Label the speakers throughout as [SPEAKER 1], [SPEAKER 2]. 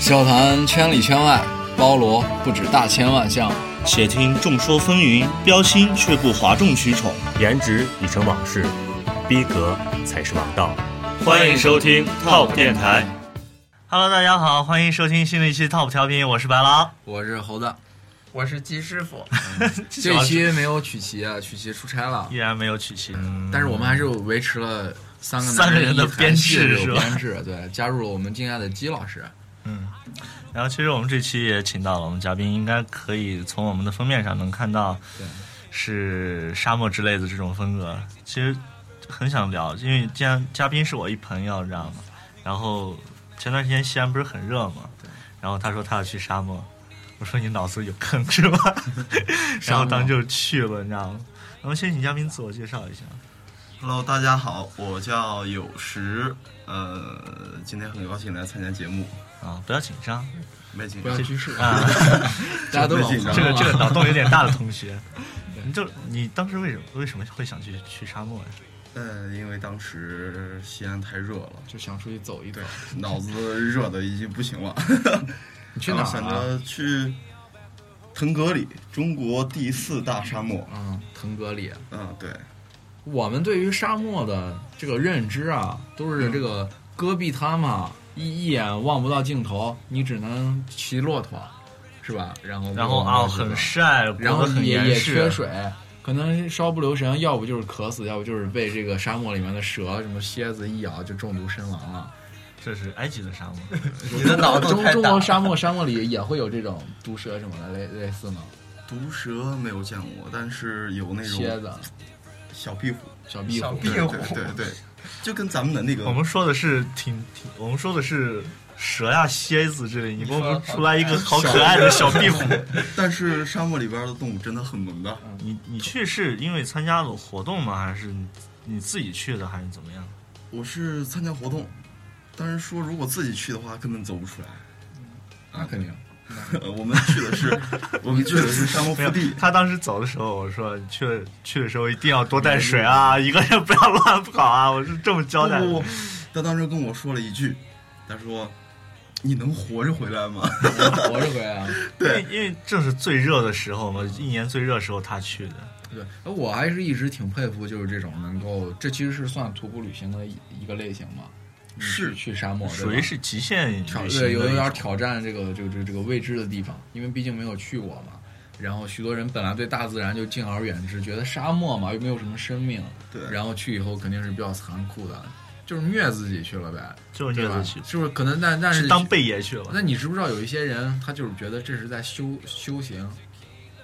[SPEAKER 1] 笑谈圈里圈外，包罗不止大千万项。
[SPEAKER 2] 且听众说纷纭，标新却不哗众取宠。
[SPEAKER 3] 颜值已成往事，逼格才是王道。
[SPEAKER 2] 欢迎收听 TOP 电台。Hello，大家好，欢迎收听新的一期 TOP 调频，我是白狼。
[SPEAKER 1] 我是猴子，嗯
[SPEAKER 4] 我是鸡师傅，
[SPEAKER 1] 这一期没有曲奇啊，曲奇出差了
[SPEAKER 2] 依，然没有曲奇，
[SPEAKER 1] 嗯但是我们还是维持了三个
[SPEAKER 2] 三个
[SPEAKER 1] 男
[SPEAKER 2] 人的
[SPEAKER 1] 一台
[SPEAKER 2] 编
[SPEAKER 1] 戏
[SPEAKER 2] 制
[SPEAKER 1] 这
[SPEAKER 2] 是
[SPEAKER 1] 个
[SPEAKER 2] 吧
[SPEAKER 1] 编制对，加入了我们敬爱的鸡老师。
[SPEAKER 2] 然后其实我们这期也请到了我们嘉宾，应该可以从我们的封面上能看到
[SPEAKER 1] 对，
[SPEAKER 2] 是沙漠之类的这种风格。其实很想聊，因为既然嘉宾是我一朋友，你知道吗？然后前段时间西安不是很热嘛，然后他说他要去沙漠，我说你脑子有坑是吧？然后当时就去了，你知道吗？然后先请嘉宾自我介绍一下。
[SPEAKER 5] Hello，大家好，我叫有时，呃，今天很高兴来参加节目，
[SPEAKER 2] 啊，不要紧张
[SPEAKER 5] 没紧
[SPEAKER 1] 不要
[SPEAKER 5] 张，
[SPEAKER 1] 去世，
[SPEAKER 2] 啊！
[SPEAKER 1] 大家都老
[SPEAKER 5] 这个
[SPEAKER 2] 这个这个
[SPEAKER 1] 个
[SPEAKER 2] 脑洞有点大的同学，你就你当时为什么为什么会想去去沙漠呀？
[SPEAKER 5] 呃，因为当时西安太热 了，
[SPEAKER 1] 就想出去走一走。
[SPEAKER 5] 脑子热的已经不行了，
[SPEAKER 1] 你去
[SPEAKER 5] 然
[SPEAKER 1] 哪
[SPEAKER 5] 后
[SPEAKER 1] 儿啊
[SPEAKER 5] 想
[SPEAKER 1] 了？
[SPEAKER 5] 着去腾格里，中国第四大沙漠，
[SPEAKER 1] 嗯，腾格里。
[SPEAKER 5] 嗯，对，
[SPEAKER 1] 我们对于沙漠的这个认知啊，都是这个戈壁滩嘛，一一眼望不到尽头，你只能骑骆驼，是吧？然后
[SPEAKER 2] 然后啊，很晒，
[SPEAKER 1] 然
[SPEAKER 2] 裹
[SPEAKER 1] 后
[SPEAKER 2] 得很
[SPEAKER 1] 也
[SPEAKER 2] 严
[SPEAKER 1] 也
[SPEAKER 2] 实
[SPEAKER 1] 缺水，可能稍不留神，要不就是渴死，要不就是被这个沙漠里面的蛇、什么蝎子一咬就中毒身亡了。
[SPEAKER 2] 这是埃及的沙漠，
[SPEAKER 4] 你的脑洞
[SPEAKER 1] 中
[SPEAKER 4] 太
[SPEAKER 1] 中
[SPEAKER 4] 大
[SPEAKER 1] 国
[SPEAKER 4] 了。
[SPEAKER 1] 沙漠沙漠里也会有这种毒蛇什么的类类似吗？
[SPEAKER 5] 毒蛇没有见过，但是有那
[SPEAKER 1] 蝎
[SPEAKER 5] 种
[SPEAKER 1] 子、
[SPEAKER 5] 小壁虎，
[SPEAKER 1] 小壁
[SPEAKER 4] 小
[SPEAKER 1] 虎
[SPEAKER 4] 壁
[SPEAKER 5] 对
[SPEAKER 4] 虎
[SPEAKER 5] 对对对，就跟咱们的那个
[SPEAKER 2] 我们说的是挺挺，我们说的是蛇呀、蝎子之类，你给我们出来一个好可爱的小壁虎。
[SPEAKER 5] 但是沙漠里边的动物真的很萌的，
[SPEAKER 2] 你你去是因为参加了活动吗？还是你你自己去的，还是怎么样？
[SPEAKER 5] 我是参加活动，但是说如果自己去的话，根本走不出来。
[SPEAKER 1] 那肯定。
[SPEAKER 5] 我们去的是，我们去的是沙漠
[SPEAKER 2] 没
[SPEAKER 5] 腹
[SPEAKER 2] 有
[SPEAKER 5] 地，，
[SPEAKER 2] 他当时走的时候，我说你去了去的时候一定要多带水啊，一个人不要乱跑啊，我是这么交代的。
[SPEAKER 5] 不不不，他当时跟我说了一句，他说：“你能活着回来吗
[SPEAKER 1] 活着回来啊！
[SPEAKER 5] 对
[SPEAKER 2] 因为因为正是最热的时候嘛，一年最热的时候他去的。
[SPEAKER 1] 对，而我还是一直挺佩服，就是这种能够，这其实是算徒步旅行的一一个类型嘛？你
[SPEAKER 5] 是
[SPEAKER 1] 去去沙漠，对吧
[SPEAKER 2] 属于是极限旅
[SPEAKER 1] 挑
[SPEAKER 2] 行的
[SPEAKER 1] 对，
[SPEAKER 2] 一
[SPEAKER 1] 有
[SPEAKER 2] 种
[SPEAKER 1] 有点挑战这个这个这个这个未知的地方，因为毕竟没有去过嘛。然后许多人本来对大自然就敬而远之，觉得沙漠嘛又没有什么生命，？”
[SPEAKER 5] 对，
[SPEAKER 1] 然后去以后肯定是比较残酷的，就是虐自己去了呗，
[SPEAKER 2] 就是
[SPEAKER 1] 对
[SPEAKER 2] 虐
[SPEAKER 1] 吧
[SPEAKER 2] 自己？，
[SPEAKER 1] 是不是？可能但但
[SPEAKER 2] 是
[SPEAKER 1] 是
[SPEAKER 2] 当贝爷去了。
[SPEAKER 1] 那你知不知道有一些人，他就是觉得这是在修修行，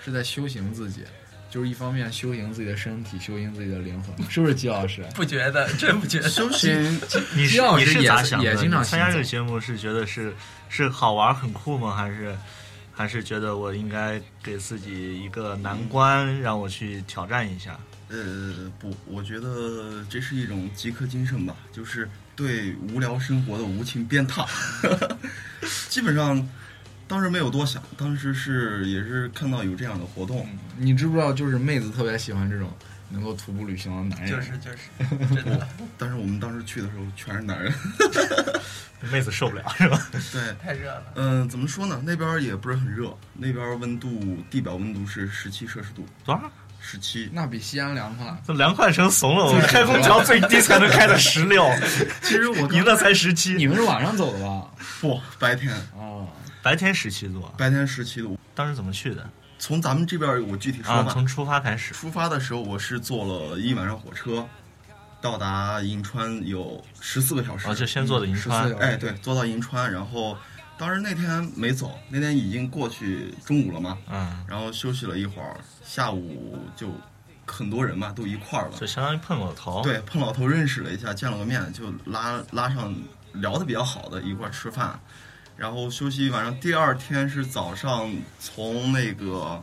[SPEAKER 1] 是在修行自己，就是一方面修行自己的身体，修行自己的灵魂，是不是季老师？
[SPEAKER 4] 不觉得，真不觉得。
[SPEAKER 5] 休息
[SPEAKER 2] 你
[SPEAKER 1] 季
[SPEAKER 2] 是
[SPEAKER 1] 老
[SPEAKER 2] 你
[SPEAKER 1] 师
[SPEAKER 2] 是
[SPEAKER 1] 也
[SPEAKER 2] 咋
[SPEAKER 1] 是
[SPEAKER 2] 想的？
[SPEAKER 1] 也经常
[SPEAKER 2] 你参加
[SPEAKER 1] 行
[SPEAKER 2] 这个
[SPEAKER 1] 走
[SPEAKER 2] 节目是觉得是是好玩很酷吗？还是还是觉得我应该给自己一个难
[SPEAKER 4] 嗯
[SPEAKER 2] 关，让我去挑战一下？
[SPEAKER 5] 呃，不，我觉得这是一种极客精神吧，就是对无聊生活的无情鞭挞。基本上当时没有多想，当时是也是看到有这样的活动，
[SPEAKER 1] 嗯你知不知道，就是妹子特别喜欢这种能够徒步旅行的男人，
[SPEAKER 4] 就是就是，真的
[SPEAKER 5] 但是我们当时去的时候全是男人。
[SPEAKER 2] 妹子受不了是吧？
[SPEAKER 5] 对，
[SPEAKER 4] 太热了。
[SPEAKER 5] 嗯、怎么说呢？那边儿也不是很热，那边儿温度地表温度是十七摄氏度，
[SPEAKER 2] 多少？
[SPEAKER 5] 十七。
[SPEAKER 1] 那比西安凉快。
[SPEAKER 2] 都凉快成怂了，我们
[SPEAKER 1] 就是
[SPEAKER 2] 开空调最低才能开到十六，
[SPEAKER 5] 其实我
[SPEAKER 2] 您
[SPEAKER 5] 刚
[SPEAKER 2] 那才十
[SPEAKER 1] 你
[SPEAKER 2] 七，
[SPEAKER 1] 们是晚上走的吧？
[SPEAKER 5] 不白天，
[SPEAKER 1] 啊，
[SPEAKER 2] 白天十七度啊。
[SPEAKER 5] 白天十七度。
[SPEAKER 2] 当时怎么去的？
[SPEAKER 5] 从咱们这边儿我具体说
[SPEAKER 2] 啊，
[SPEAKER 5] 吧。
[SPEAKER 2] 从出发开始，
[SPEAKER 5] 出发的时候我是坐了一晚上火车，到达银川有十四个小时。
[SPEAKER 2] 然后哦就先坐的银川
[SPEAKER 1] 14小，时
[SPEAKER 5] 哎，对，坐到银川，然后当时那天没走，那天已经过去中午了嘛，
[SPEAKER 2] 嗯，
[SPEAKER 5] 然后休息了一会儿，下午就很多人嘛，都一块儿了。
[SPEAKER 2] 就相当于碰我头。
[SPEAKER 5] 对，碰老头认识了一下，见了个面，就拉拉上聊的比较好的一块儿吃饭，然后休息一晚上。第二天是早上从那个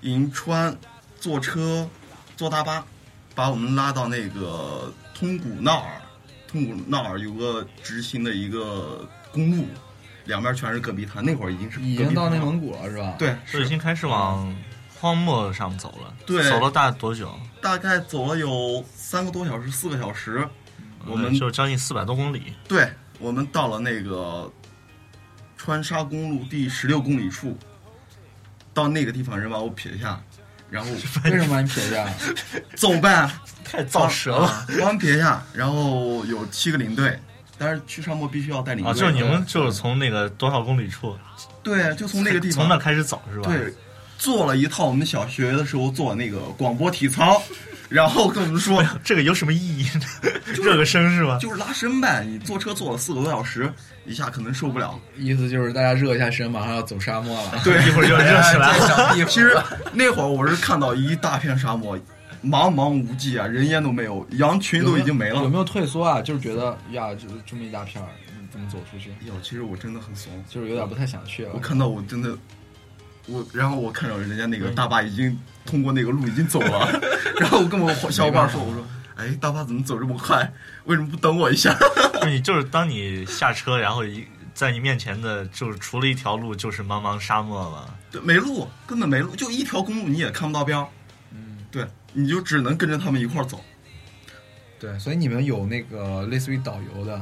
[SPEAKER 5] 银川坐车坐大巴，把我们拉到那个通古淖尔，通古淖尔有个直行的一个公路，两边全是戈壁滩，那会儿已经是
[SPEAKER 1] 已
[SPEAKER 5] 戈
[SPEAKER 1] 经
[SPEAKER 5] 壁
[SPEAKER 1] 到
[SPEAKER 5] 滩
[SPEAKER 1] 内
[SPEAKER 5] 了
[SPEAKER 1] 蒙古了是吧？，
[SPEAKER 5] 对，
[SPEAKER 2] 就已经开始往荒漠上走了。
[SPEAKER 5] 对
[SPEAKER 2] 走了大概多久？
[SPEAKER 5] 大概走了有三个多小时，四个小时。我们
[SPEAKER 2] 嗯就将近四百多公里，
[SPEAKER 5] 对，我们到了那个川沙公路第十六公里处，到那个地方人把我撇下，然后
[SPEAKER 1] 为什么把你撇下？
[SPEAKER 5] 怎 么办？
[SPEAKER 2] 太造舌了啊！
[SPEAKER 5] 我们撇下，然后有七个领队，但是去沙漠必须要带领队。
[SPEAKER 2] 啊就是你们就是从那个多少公里处，
[SPEAKER 5] 对，就从那个地
[SPEAKER 2] 从
[SPEAKER 5] 方
[SPEAKER 2] 那开始走是吧？
[SPEAKER 5] 对，做了一套我们小学的时候做那个广播体操， 然后跟我 们说
[SPEAKER 2] 这个有什么意义呢？热个身是吧？
[SPEAKER 5] 就是拉伸呗，你坐车坐了四个多小时，一下可能受不了。
[SPEAKER 1] 意思就是大家热一下身，马上要走沙漠了。
[SPEAKER 5] 对，
[SPEAKER 2] 一会儿就热起来了。
[SPEAKER 4] 了。
[SPEAKER 5] 其实那会儿我是看到一大片沙漠，茫茫无际啊，人烟都没有，羊群都已经没了。
[SPEAKER 1] 有没有退缩啊？就是觉得呀，就是这么一大片儿，嗯怎么走出去？
[SPEAKER 5] 有？其实我真的很怂，
[SPEAKER 1] 就是有点不太想去
[SPEAKER 5] 我
[SPEAKER 1] 了。
[SPEAKER 5] 看到我真的，我然后我看到人家那个大巴已经通过那个路已经走了，然后我跟我小伙伴说，我说。哎，大巴怎么走这么快？为什么不等我一下？
[SPEAKER 2] 就 是你就是当你下车，然后一在你面前的就是除了一条路就是茫茫沙漠了。
[SPEAKER 5] 对，没路，根本没路，就一条公路你也看不到边儿。
[SPEAKER 1] 嗯，
[SPEAKER 5] 对，你就只能跟着他们一块儿走。
[SPEAKER 1] 对，所以你们有那个类似于导游的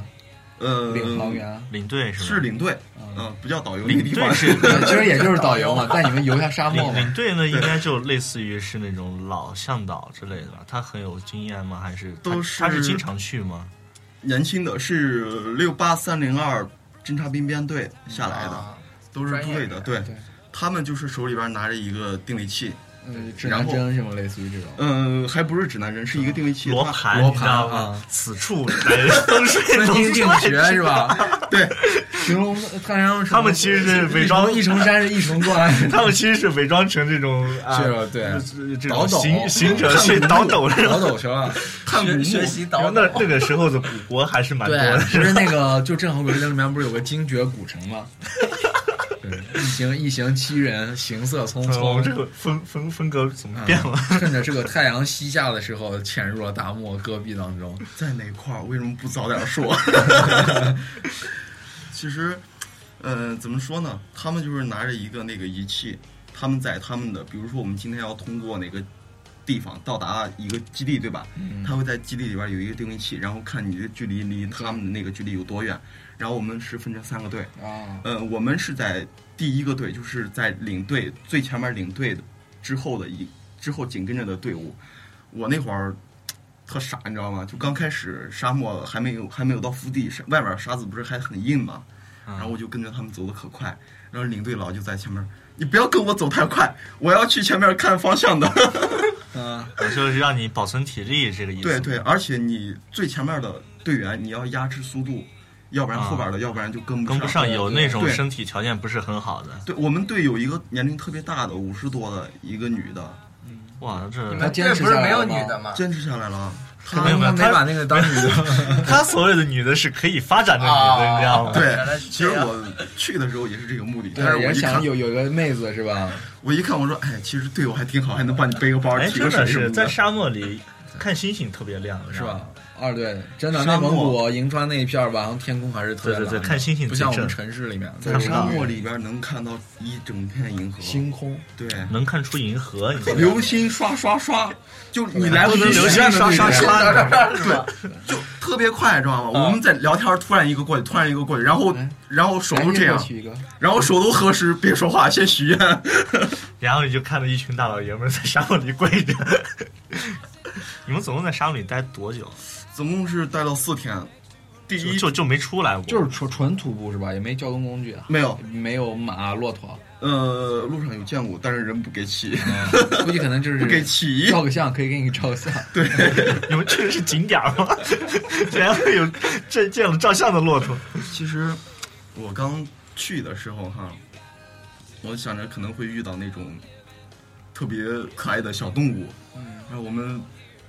[SPEAKER 5] 呃，
[SPEAKER 1] 领航员，
[SPEAKER 2] 领队是吧？
[SPEAKER 5] 是领队，
[SPEAKER 1] 嗯
[SPEAKER 5] 嗯、不叫导游，
[SPEAKER 2] 领
[SPEAKER 5] 那个地方
[SPEAKER 2] 队是
[SPEAKER 1] 对其实也就是导游 嘛，带你们游一下沙漠
[SPEAKER 2] 领领
[SPEAKER 1] 嘛。
[SPEAKER 2] 队呢，应该就类似于是那种老向导之类的吧？他很有经验吗？还是他
[SPEAKER 5] 都是
[SPEAKER 2] 他是经常去吗？
[SPEAKER 5] 年轻的，是六八三零二侦察兵编队下来的，
[SPEAKER 4] 啊
[SPEAKER 5] 都是
[SPEAKER 4] 专业
[SPEAKER 5] 部队的。对
[SPEAKER 1] 对，
[SPEAKER 5] 他们就是手里边拿着一个定位器，
[SPEAKER 1] 嗯，指南针是吗？类似于这种。
[SPEAKER 5] 嗯、还不是指南针，是一个定位器。
[SPEAKER 2] 罗
[SPEAKER 5] 它
[SPEAKER 2] 盘，
[SPEAKER 1] 罗
[SPEAKER 2] 你知道
[SPEAKER 1] 盘
[SPEAKER 2] 吗？此处乃风水
[SPEAKER 1] 分
[SPEAKER 2] 龙
[SPEAKER 1] 金定穴是吧？
[SPEAKER 5] 对，
[SPEAKER 1] 寻龙太阳
[SPEAKER 2] 他们其实是伪装
[SPEAKER 1] 一重山是一重观，
[SPEAKER 2] 他们其实是伪装成这种啊，
[SPEAKER 1] 是吧对
[SPEAKER 2] 这这
[SPEAKER 1] 倒
[SPEAKER 2] 种
[SPEAKER 1] 斗
[SPEAKER 2] 行行者去倒斗是
[SPEAKER 1] 老
[SPEAKER 2] 吧？嗯
[SPEAKER 1] 走去了。
[SPEAKER 5] 看古
[SPEAKER 4] 学
[SPEAKER 5] 墓
[SPEAKER 4] 学习
[SPEAKER 2] 然后
[SPEAKER 4] 导
[SPEAKER 2] 那
[SPEAKER 4] 览
[SPEAKER 2] 那个时候的古国还是蛮多
[SPEAKER 1] 对，啊
[SPEAKER 2] 的，
[SPEAKER 1] 不是那个，就《镇河鬼城》里面不是有个精绝古城 吗？对，一行一行七人，行色匆
[SPEAKER 2] 嗯我
[SPEAKER 1] 匆
[SPEAKER 2] 们。这个风风风格怎么
[SPEAKER 1] 嗯
[SPEAKER 2] 变了？
[SPEAKER 1] 趁着这个太阳西下的时候，潜入了大漠戈壁当中。
[SPEAKER 5] 在哪块儿？为什么不早点说？其实，呃，怎么说呢？他们就是拿着一个那个仪器，他们在他们的，比如说我们今天要通过哪个地方到达一个基地，对吧？他会在基地里边有一个定位器，然后看你的距离离他们的那个距离有多远。然后我们是分成三个队，
[SPEAKER 1] 啊，
[SPEAKER 5] 呃，我们是在第一个队，就是在领队最前面领队之后的一之后紧跟着的队伍。我那会儿特傻，你知道吗？就刚开始沙漠还没有还没有到腹地，是外边沙子不是还很硬吗？
[SPEAKER 2] 嗯
[SPEAKER 5] 然后我就跟着他们走的可快，然后领队老就在前面，你不要跟我走太快，我要去前面看方向的。
[SPEAKER 1] 嗯，
[SPEAKER 2] 我就是让你保存体力这个意思。
[SPEAKER 5] 对对，而且你最前面的队员你要压制速度，要不然后边的、要不然就跟
[SPEAKER 2] 啊
[SPEAKER 5] 不
[SPEAKER 2] 跟不上，有那种
[SPEAKER 5] 对
[SPEAKER 2] 身体条件不是很好的，
[SPEAKER 5] 对我们队有一个年龄特别大的，五十多的一个女的，
[SPEAKER 2] 哇，这
[SPEAKER 4] 你
[SPEAKER 1] 他
[SPEAKER 4] 们
[SPEAKER 1] 坚
[SPEAKER 4] 这
[SPEAKER 1] 持
[SPEAKER 4] 不是
[SPEAKER 1] 下来
[SPEAKER 4] 没有
[SPEAKER 1] 了
[SPEAKER 4] 女
[SPEAKER 1] 吗
[SPEAKER 4] 的吗？
[SPEAKER 5] 坚持下来了。
[SPEAKER 1] 他
[SPEAKER 2] 没有
[SPEAKER 1] 们
[SPEAKER 2] 没有
[SPEAKER 1] 没
[SPEAKER 2] 他
[SPEAKER 1] 把那个当女的，
[SPEAKER 2] 他所谓的女的是可以发展的女的，
[SPEAKER 4] 啊
[SPEAKER 2] 你知道吗？
[SPEAKER 5] 对
[SPEAKER 4] 原来，是
[SPEAKER 5] 其实
[SPEAKER 4] 这样
[SPEAKER 5] 我去的时候也是这个目的，但是
[SPEAKER 1] 对，
[SPEAKER 5] 我
[SPEAKER 1] 也
[SPEAKER 5] 一
[SPEAKER 1] 想
[SPEAKER 5] 看，
[SPEAKER 1] 有有个妹子是吧？
[SPEAKER 5] 我一看，我说，哎，其实对我还挺好，还能帮你背个包，
[SPEAKER 2] 哎，
[SPEAKER 5] 提
[SPEAKER 2] 真
[SPEAKER 5] 个水
[SPEAKER 2] 的
[SPEAKER 5] 什
[SPEAKER 2] 是
[SPEAKER 5] 么
[SPEAKER 2] 在
[SPEAKER 5] 的。
[SPEAKER 2] 沙漠里看星星特别亮，
[SPEAKER 1] 是吧？？二对，真的，内
[SPEAKER 5] 沙漠
[SPEAKER 1] 蒙古银川那一片儿晚上天空还是特别
[SPEAKER 2] 对对对
[SPEAKER 1] 蓝的
[SPEAKER 2] 看星星
[SPEAKER 1] 不像我
[SPEAKER 2] 最
[SPEAKER 1] 们
[SPEAKER 2] 正
[SPEAKER 1] 城市里面，
[SPEAKER 5] 在沙漠里边能看到一整片银河，
[SPEAKER 1] 星空，
[SPEAKER 5] 对，
[SPEAKER 2] 能看出银河，你知道吗
[SPEAKER 5] 流星刷刷刷，就你来回
[SPEAKER 1] 不能
[SPEAKER 5] 许
[SPEAKER 1] 流星
[SPEAKER 5] 愿的
[SPEAKER 1] 刷
[SPEAKER 5] 那
[SPEAKER 1] 刷
[SPEAKER 5] 个
[SPEAKER 1] 刷
[SPEAKER 5] 对，就特别快，知道吗？我们在聊天，突然一个过去，突然一个过去，然后
[SPEAKER 1] 嗯
[SPEAKER 5] 然后手
[SPEAKER 1] 赶
[SPEAKER 5] 都
[SPEAKER 1] 紧
[SPEAKER 5] 这
[SPEAKER 1] 过
[SPEAKER 5] 样，
[SPEAKER 1] 去一个，
[SPEAKER 5] 然后手都合十，别说话，先许愿。
[SPEAKER 2] 然后你就看到一群大老爷们儿在沙漠里跪 着。你们总共在沙漠里待多久？
[SPEAKER 5] 总共是待到四天，第
[SPEAKER 2] 就
[SPEAKER 5] 一
[SPEAKER 2] 就就没出来过，
[SPEAKER 1] 就是纯纯徒步是吧？也没交通工具啊，
[SPEAKER 5] 没有，
[SPEAKER 1] 没有马、骆驼，
[SPEAKER 5] 呃，路上有见过，但是人不给骑，
[SPEAKER 1] 嗯估计可能就是
[SPEAKER 5] 不给骑。
[SPEAKER 1] 照个相，可以给你照个相。
[SPEAKER 2] 你们去的是景点儿 吗？竟然会有这见了照相的骆驼？
[SPEAKER 5] 其实我刚去的时候哈，我想着可能会遇到那种特别可爱的小动物，然后我们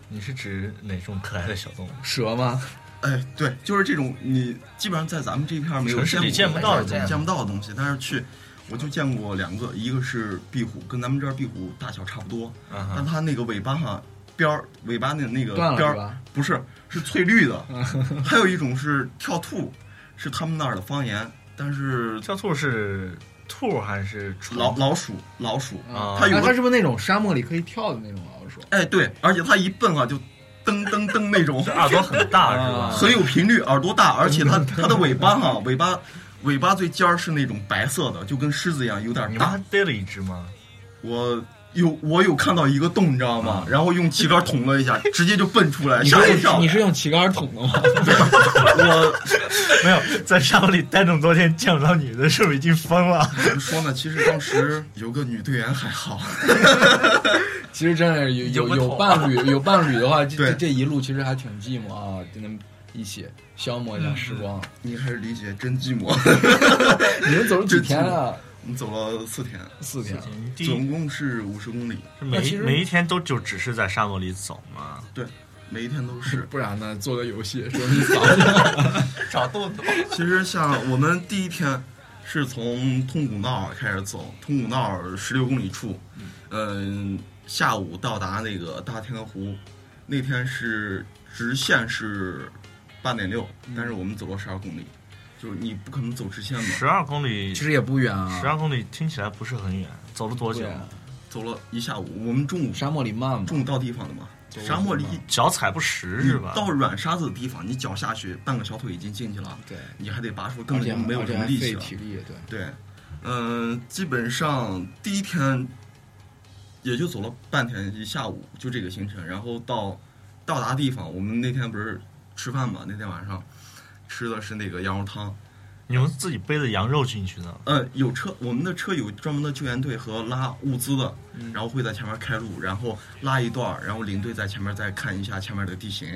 [SPEAKER 2] 你是指哪种可爱的小动物？
[SPEAKER 1] 蛇吗？
[SPEAKER 5] 哎，对，就是这种你基本上在咱们这片儿没有
[SPEAKER 2] 城市里见
[SPEAKER 5] 见
[SPEAKER 2] 不
[SPEAKER 5] 过
[SPEAKER 2] 到的
[SPEAKER 5] 的东
[SPEAKER 2] 东
[SPEAKER 5] 西
[SPEAKER 2] 西
[SPEAKER 5] 见不到的东西，但是去我就见过两个，一个是壁虎，跟咱们这儿壁虎大小差不多，
[SPEAKER 2] 啊
[SPEAKER 5] 但
[SPEAKER 2] 哈，
[SPEAKER 5] 它那个尾巴哈边儿尾巴的那个
[SPEAKER 1] 断了
[SPEAKER 5] 边
[SPEAKER 1] 是
[SPEAKER 5] 儿
[SPEAKER 1] 吧？
[SPEAKER 5] 不是是翠绿的， 还有一种是跳兔，是他们那儿的方言，但是
[SPEAKER 2] 跳兔是兔还是虫
[SPEAKER 5] 老老鼠老鼠，
[SPEAKER 1] 啊
[SPEAKER 5] 它有
[SPEAKER 1] 那
[SPEAKER 5] 个
[SPEAKER 1] 它是不是那种沙漠里可以跳的那种啊老鼠？
[SPEAKER 5] 哎对，而且它一蹦啊就噔噔噔那种，
[SPEAKER 2] 耳朵很大是吧？
[SPEAKER 1] 啊
[SPEAKER 5] 很有频率，耳朵大，而且它它的尾巴哈、尾巴尾巴最尖儿是那种白色的，就跟狮子一样，有点
[SPEAKER 2] 你
[SPEAKER 5] 大
[SPEAKER 2] 妈。逮了一只吗？
[SPEAKER 5] 我有我有看到一个洞，你知道吗？然后用旗杆捅了一下，直接就蹦出来，
[SPEAKER 1] 啊你
[SPEAKER 5] 吓我一
[SPEAKER 1] 是
[SPEAKER 5] 跳。
[SPEAKER 1] 你是用旗杆捅的吗？
[SPEAKER 5] 我
[SPEAKER 2] 没有，在沙漠里待那么多天，见不到女的，是不是已经疯了？
[SPEAKER 5] 怎么说呢？其实当时有个女队员还好，
[SPEAKER 1] 其实真的有
[SPEAKER 4] 有
[SPEAKER 1] 有
[SPEAKER 4] 个
[SPEAKER 1] 有
[SPEAKER 2] 啊
[SPEAKER 4] 头
[SPEAKER 1] 伴侣，有伴侣的话，这
[SPEAKER 5] 对
[SPEAKER 1] 这这一路其实还挺寂寞啊，就能一起消磨一
[SPEAKER 2] 嗯
[SPEAKER 1] 下时光。
[SPEAKER 5] 你还是理解真寂寞。
[SPEAKER 1] 你们走了几天啊？
[SPEAKER 5] 你走了四天，
[SPEAKER 1] 四天。啊
[SPEAKER 2] 第一
[SPEAKER 5] 总共是五十公里，
[SPEAKER 2] 是
[SPEAKER 1] 那
[SPEAKER 2] 每
[SPEAKER 1] 其
[SPEAKER 2] 一
[SPEAKER 1] 实
[SPEAKER 2] 每一天都就只是在沙漠里走嘛。
[SPEAKER 5] 每一天都是。
[SPEAKER 1] 不然呢？做个游戏，说你早上
[SPEAKER 4] 找豆豆，
[SPEAKER 5] 其实像我们第一天是从通古道开始走，通古道十六公里处，嗯，下午到达那个大天湖，那天是直线是八点六，
[SPEAKER 1] 嗯
[SPEAKER 5] 但是我们走了十二公里，就是你不可能走直线
[SPEAKER 2] 十
[SPEAKER 5] 嘛，
[SPEAKER 2] 二公 里，
[SPEAKER 1] 其实也不远啊。
[SPEAKER 2] 十二公里听起来不是很远，走了多久
[SPEAKER 1] 对？啊
[SPEAKER 5] 走了一下午，我们中午
[SPEAKER 1] 沙漠里慢嘛，
[SPEAKER 5] 中午到地方了嘛，
[SPEAKER 1] 走
[SPEAKER 5] 沙漠里
[SPEAKER 1] 路嘛
[SPEAKER 2] 脚踩不实
[SPEAKER 5] 你
[SPEAKER 2] 是吧？
[SPEAKER 5] 到软沙子的地方，你脚下去半个小腿已经进去了，
[SPEAKER 1] 对，
[SPEAKER 5] 你还得拔出，根
[SPEAKER 1] 而
[SPEAKER 5] 本
[SPEAKER 1] 且
[SPEAKER 5] 就没有
[SPEAKER 1] 而
[SPEAKER 5] 什
[SPEAKER 1] 且
[SPEAKER 5] 么
[SPEAKER 1] 还
[SPEAKER 5] 力
[SPEAKER 1] 费
[SPEAKER 5] 气了。
[SPEAKER 1] 体力，对。
[SPEAKER 5] 对，嗯、基本上第一天也就走了半天一下午，就这个行程，然后到到达地方，我们那天不是吃饭嘛，那天晚上吃的是那个羊肉汤，
[SPEAKER 2] 你们自己背着羊肉进去的，
[SPEAKER 5] 呃，有车，我们的车有专门的救援队和拉物资的，
[SPEAKER 2] 嗯
[SPEAKER 5] 然后会在前面开路，然后拉一段儿，然后领队在前面再看一下前面的地形，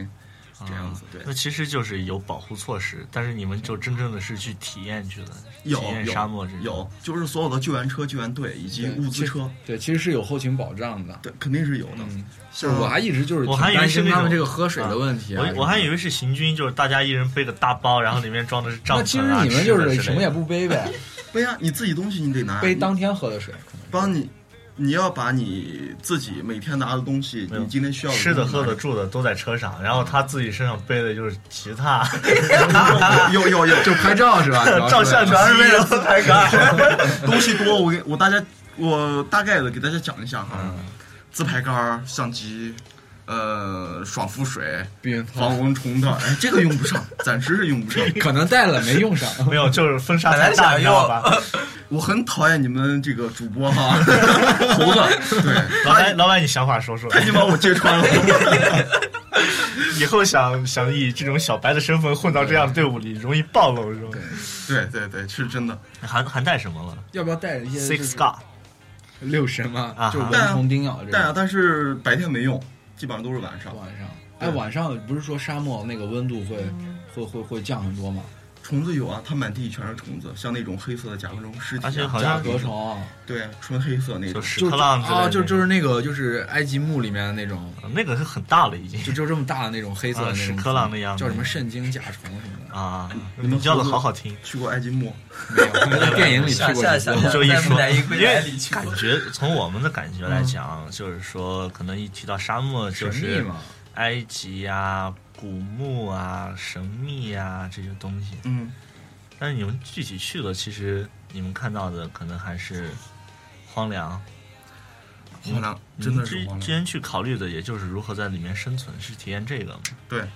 [SPEAKER 5] 这样子
[SPEAKER 2] 啊
[SPEAKER 5] 对
[SPEAKER 2] 那其实就是有保护措施，但是你们就真正的是去体验去的，体
[SPEAKER 5] 有
[SPEAKER 2] 验
[SPEAKER 5] 有
[SPEAKER 2] 沙漠这种。
[SPEAKER 5] 有，就是所有的救援车、救援队以及
[SPEAKER 1] 对
[SPEAKER 5] 物资车，
[SPEAKER 1] 对，其实是有后勤保障的。
[SPEAKER 5] 对，肯定是有的。
[SPEAKER 1] 嗯，就
[SPEAKER 5] 像
[SPEAKER 1] 是我还一直就是
[SPEAKER 2] 我还以为是
[SPEAKER 1] 挺担心
[SPEAKER 2] 那
[SPEAKER 1] 他们
[SPEAKER 2] 种
[SPEAKER 1] 这个喝水的问题啊
[SPEAKER 2] 我我还以为是行军，就是大家一人背个大包，然后里面装的是帐篷
[SPEAKER 1] 那
[SPEAKER 2] 啊。
[SPEAKER 1] 其实你们就
[SPEAKER 2] 吃的之类
[SPEAKER 1] 是
[SPEAKER 2] 的
[SPEAKER 1] 什么也不背 呗，
[SPEAKER 5] 对啊呀，你自己东西你得拿，
[SPEAKER 1] 背
[SPEAKER 5] 你
[SPEAKER 1] 当天喝的水。
[SPEAKER 5] 帮你，你要把你自己每天拿的东西，
[SPEAKER 2] 没有
[SPEAKER 5] 你今天需要
[SPEAKER 2] 吃的、
[SPEAKER 5] 东西
[SPEAKER 2] 喝的、住的都在车上，然后他自己身上背的就是吉他、
[SPEAKER 5] 有有有，
[SPEAKER 1] 就拍 照是吧？主要是
[SPEAKER 2] 照相，主要是为了自拍杆。
[SPEAKER 5] 东西多。我给我大家，我大概的给大家讲一下哈，自拍杆儿、相机，呃，爽肤水、
[SPEAKER 1] 避孕套
[SPEAKER 5] 防蚊虫的，哎，这个用不上，暂时是用不上。
[SPEAKER 1] 可能带了没用上。
[SPEAKER 2] 没有，就是风沙
[SPEAKER 4] 本来
[SPEAKER 2] 太大，
[SPEAKER 4] 想
[SPEAKER 2] 你知道
[SPEAKER 4] 用
[SPEAKER 2] 吧？
[SPEAKER 5] 我很讨厌你们这个主播哈， 猴 子，对，
[SPEAKER 2] 老板，老板，你想法说说，
[SPEAKER 5] 他已经把我揭穿了。
[SPEAKER 2] 以后想想以这种小白的身份混到这样的队伍里，容易暴露是吧？
[SPEAKER 5] 对对对，是真的。
[SPEAKER 2] 还还带什么了
[SPEAKER 1] 要不要带一些就
[SPEAKER 2] ？Six
[SPEAKER 1] 是
[SPEAKER 2] God，
[SPEAKER 1] 六神嘛
[SPEAKER 2] 啊，
[SPEAKER 1] 就是
[SPEAKER 5] 带
[SPEAKER 1] 蚊
[SPEAKER 5] 啊
[SPEAKER 1] 虫叮咬这
[SPEAKER 5] 但啊
[SPEAKER 1] 种。，
[SPEAKER 5] 但是白天没用，基本上都是晚上。
[SPEAKER 1] 晚上，哎，晚上不是说沙漠那个温度会会会会降很多吗？
[SPEAKER 5] 虫子有啊，它满地全是虫子，像那种黑色的甲壳虫尸体啊、
[SPEAKER 2] 而且好
[SPEAKER 1] 甲
[SPEAKER 2] 像
[SPEAKER 1] 壳虫，
[SPEAKER 5] 对，啊纯黑色那
[SPEAKER 2] 就
[SPEAKER 5] 种。
[SPEAKER 2] 屎
[SPEAKER 1] 就
[SPEAKER 2] 壳郎之类的
[SPEAKER 1] 啊，就就是那个就是埃及墓里面的那种，
[SPEAKER 2] 那个是很大了已经
[SPEAKER 1] 就就这么大的那种黑色的
[SPEAKER 2] 啊
[SPEAKER 1] 那
[SPEAKER 2] 屎
[SPEAKER 1] 种
[SPEAKER 2] 壳郎那样子
[SPEAKER 1] 叫什么肾精甲虫什么的。
[SPEAKER 2] 啊，
[SPEAKER 5] 你们
[SPEAKER 2] 你叫的
[SPEAKER 5] 猴子
[SPEAKER 2] 好好听。
[SPEAKER 5] 去过埃及墓，
[SPEAKER 1] 没 有， 在电影里去
[SPEAKER 4] 下
[SPEAKER 1] 过
[SPEAKER 4] 下
[SPEAKER 1] 一
[SPEAKER 4] 下
[SPEAKER 1] 次。
[SPEAKER 4] 下，
[SPEAKER 2] 就一
[SPEAKER 4] 在
[SPEAKER 2] 说
[SPEAKER 4] 在衣柜
[SPEAKER 2] 因为
[SPEAKER 4] 台里去
[SPEAKER 2] 感觉从我们的感觉来讲，就是说，可能一提到沙漠，就
[SPEAKER 1] 嗯神秘
[SPEAKER 2] 是
[SPEAKER 1] 嘛，
[SPEAKER 2] 埃及啊、古墓啊、神秘啊这些东西。
[SPEAKER 5] 嗯，
[SPEAKER 2] 但是你们具体去了，其实你们看到的可能还是荒凉。
[SPEAKER 5] 荒凉，真的
[SPEAKER 2] 你
[SPEAKER 5] 是
[SPEAKER 2] 们
[SPEAKER 5] 荒
[SPEAKER 2] 之之
[SPEAKER 5] 凉。
[SPEAKER 2] 前去考虑的，也就是如何在里面生存，是体验这个嘛？
[SPEAKER 5] 对，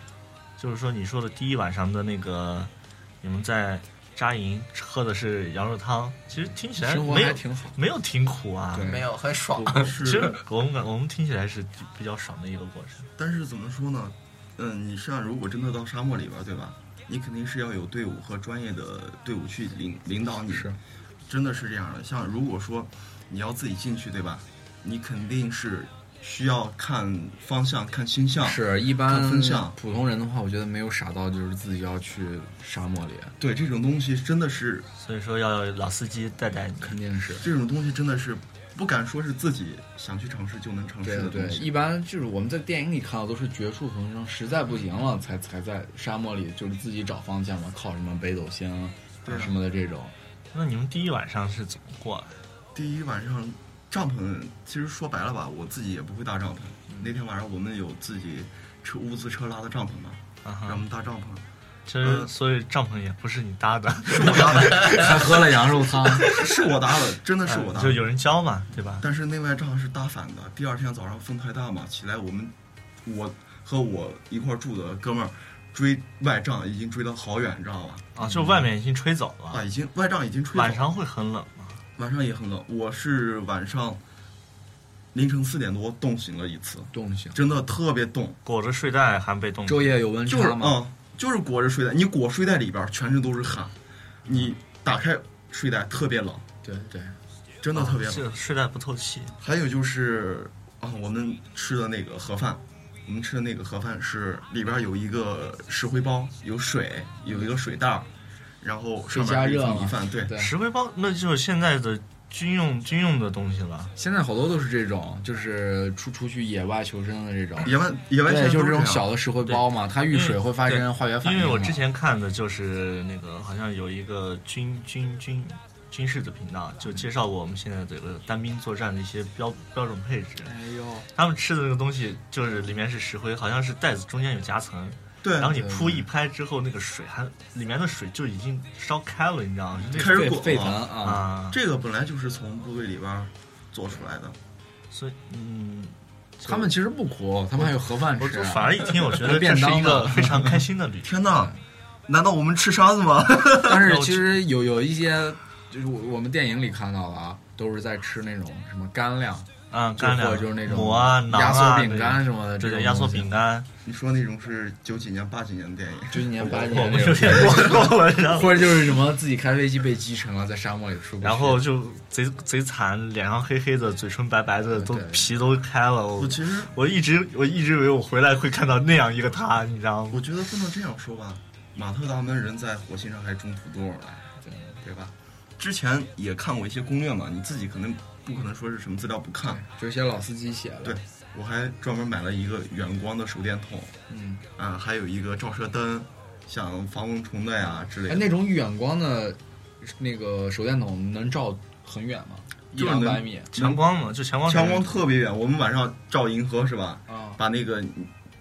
[SPEAKER 2] 就是说你说的第一晚上的那个，你们在扎营喝的是羊肉汤，其实听起来
[SPEAKER 1] 生活
[SPEAKER 2] 没
[SPEAKER 1] 还
[SPEAKER 2] 有
[SPEAKER 1] 挺好。
[SPEAKER 2] 没有挺苦啊。
[SPEAKER 1] 对
[SPEAKER 4] 没有很爽，
[SPEAKER 2] 其
[SPEAKER 5] 是
[SPEAKER 2] 实，我们感我们听起来是比较爽的一个过程。
[SPEAKER 5] 但是怎么说呢？嗯，你像如果真的到沙漠里边儿，对吧？你肯定是要有队伍和专业的队伍去领领导你，
[SPEAKER 1] 是
[SPEAKER 5] 真的是这样的。像如果说你要自己进去，对吧？你肯定是需要看方向、看星象，
[SPEAKER 1] 是，一般
[SPEAKER 5] 看风向
[SPEAKER 1] 普通人的话，我觉得没有傻到就是自己要去沙漠里，
[SPEAKER 5] 对这种东西真的是
[SPEAKER 2] 所以说要老司机带带你。
[SPEAKER 1] 肯定是。
[SPEAKER 5] 这种东西真的是不敢说是自己想去尝试就能尝
[SPEAKER 1] 对
[SPEAKER 5] 试的
[SPEAKER 1] 对
[SPEAKER 5] 东，西。
[SPEAKER 1] 一般就是我们在电影里看到都是绝处逢生，实在不行了才才在沙漠里就是自己找方向嘛，靠什么北斗星啊
[SPEAKER 5] 对啊
[SPEAKER 1] 什么的这种。
[SPEAKER 2] 那你们第一晚上是怎么过的？
[SPEAKER 5] 第一晚上帐篷，其实说白了吧，我自己也不会搭帐篷。那天晚上我们有自己车物资车拉的帐篷嘛，
[SPEAKER 2] 啊
[SPEAKER 5] 让我
[SPEAKER 2] 哈，
[SPEAKER 5] 们搭帐篷。
[SPEAKER 2] 其
[SPEAKER 5] 呃
[SPEAKER 2] 实所以帐篷也不是你搭的，
[SPEAKER 5] 是我搭的，
[SPEAKER 1] 还喝了羊肉 汤，
[SPEAKER 5] 是我搭的，真的是我搭
[SPEAKER 2] 啊就
[SPEAKER 5] 的。
[SPEAKER 2] 有人教嘛，对吧？
[SPEAKER 5] 但是那外帐是搭反的。第二天早上风太大嘛，起来我们我和我一块儿住的哥们儿追外帐已经追得好远，你知道吧？
[SPEAKER 2] 啊，就外面已经吹走
[SPEAKER 5] 啊，
[SPEAKER 2] 了，
[SPEAKER 5] 已经外帐已经嗯吹走了
[SPEAKER 2] 晚上会很冷吗？
[SPEAKER 5] 晚上也很冷，我是晚上凌晨四点多冻醒了一次，
[SPEAKER 1] 冻醒。
[SPEAKER 5] 真的特别冻，
[SPEAKER 2] 裹着睡袋还被冻。
[SPEAKER 1] 昼夜有温
[SPEAKER 5] 就是
[SPEAKER 1] 差吗？
[SPEAKER 5] 嗯，就是裹着睡袋，你裹睡袋里边儿全身都是汗，你打开睡袋特别冷，
[SPEAKER 1] 对对，
[SPEAKER 5] 真
[SPEAKER 1] 啊
[SPEAKER 5] 的特别冷。
[SPEAKER 2] 是睡袋不透气，
[SPEAKER 5] 还有就是啊，我们吃的那个盒饭，我们吃的那个盒饭是里边儿有一个石灰包，有水，有一个水袋儿，然后上面
[SPEAKER 1] 加
[SPEAKER 5] 是一
[SPEAKER 1] 热
[SPEAKER 5] 层
[SPEAKER 1] 嘛
[SPEAKER 5] 米饭，对，
[SPEAKER 1] 对
[SPEAKER 2] 石灰包那就是现在的军用军用的东西了。
[SPEAKER 1] 现在好多都是这种，就是出出去野外求生的这种，
[SPEAKER 5] 野外野外现在
[SPEAKER 1] 对，就
[SPEAKER 5] 都
[SPEAKER 1] 是这
[SPEAKER 5] 是
[SPEAKER 1] 种
[SPEAKER 5] 样
[SPEAKER 1] 小的石灰包嘛，它遇水会发生化学反
[SPEAKER 2] 因
[SPEAKER 1] 应嘛。
[SPEAKER 2] 为我之前看的就是那个，好像有一个军军军军事的频道，就介绍过我们现在这个单兵作战的一些标标准配置。
[SPEAKER 1] 哎呦，
[SPEAKER 2] 他们吃的那个东西就是里面是石灰，好像是袋子中间有夹层，
[SPEAKER 5] 对
[SPEAKER 2] 然，后你扑一拍之后，那个水还里面的水就已经烧开了，你知道吗？就那
[SPEAKER 5] 开始
[SPEAKER 1] 沸
[SPEAKER 5] 滚
[SPEAKER 1] 沸
[SPEAKER 5] 了
[SPEAKER 1] 腾啊！
[SPEAKER 2] 啊，
[SPEAKER 5] 这个本来就是从部队里边儿做出来的。
[SPEAKER 2] 所以嗯，就
[SPEAKER 1] 他们其实不苦，他们还有盒饭
[SPEAKER 2] 我
[SPEAKER 1] 吃。啊
[SPEAKER 2] 反而一听，我觉 得
[SPEAKER 1] 便
[SPEAKER 2] 这是
[SPEAKER 1] 当
[SPEAKER 2] 一个
[SPEAKER 1] 嘛
[SPEAKER 2] 非常开心的 旅程。
[SPEAKER 5] 天呐，难道我们吃沙子吗？
[SPEAKER 1] 但是其实有有一些，就是我我们电影里看到的啊，都是在吃那种什么干粮，
[SPEAKER 2] 啊，
[SPEAKER 1] 就
[SPEAKER 2] 干
[SPEAKER 1] 或
[SPEAKER 2] 粮
[SPEAKER 1] 者就是那种
[SPEAKER 2] 馍啊、馕啊
[SPEAKER 1] 压缩饼
[SPEAKER 2] 对
[SPEAKER 1] 干什么的，
[SPEAKER 2] 对
[SPEAKER 1] 这
[SPEAKER 2] 对，
[SPEAKER 1] 种
[SPEAKER 2] 压缩
[SPEAKER 1] 东西
[SPEAKER 2] 饼。干，
[SPEAKER 5] 你说那种是九几年、八几年的电影，
[SPEAKER 1] 九几年八几
[SPEAKER 2] 我
[SPEAKER 1] 年
[SPEAKER 2] 们
[SPEAKER 1] 那
[SPEAKER 2] 有
[SPEAKER 1] 种，
[SPEAKER 2] 点过过了，然后
[SPEAKER 1] 或者就是什么自己开飞机被击沉了，在沙漠里出不去。
[SPEAKER 2] 然后就贼贼惨，脸上黑黑的，嘴唇白白的，都
[SPEAKER 1] 对
[SPEAKER 2] 皮都开了。我
[SPEAKER 5] 我其实
[SPEAKER 2] 我一直我一直以为我回来会看到那样一个他，你知道吗？
[SPEAKER 5] 我觉得不能这样说吧。马特·达蒙人在火星上还种土豆了，
[SPEAKER 1] 对
[SPEAKER 5] 对吧？之前也看过一些攻略嘛，你自己可能不可能说是什么资料不看。
[SPEAKER 1] 就是些老司机写的。
[SPEAKER 5] 对，我还专门买了一个远光的手电筒，
[SPEAKER 1] 嗯，
[SPEAKER 5] 啊，还有一个照射灯，像防蚊虫的呀之类
[SPEAKER 1] 哎，
[SPEAKER 5] 的。
[SPEAKER 1] 那种远光的，那个手电筒能照很远吗？一
[SPEAKER 5] 就是
[SPEAKER 1] 两
[SPEAKER 5] 能
[SPEAKER 1] 百米
[SPEAKER 2] 强光嘛，就强光，
[SPEAKER 5] 强光特别远，我们晚上照银河是吧？
[SPEAKER 1] 啊，
[SPEAKER 5] 把那个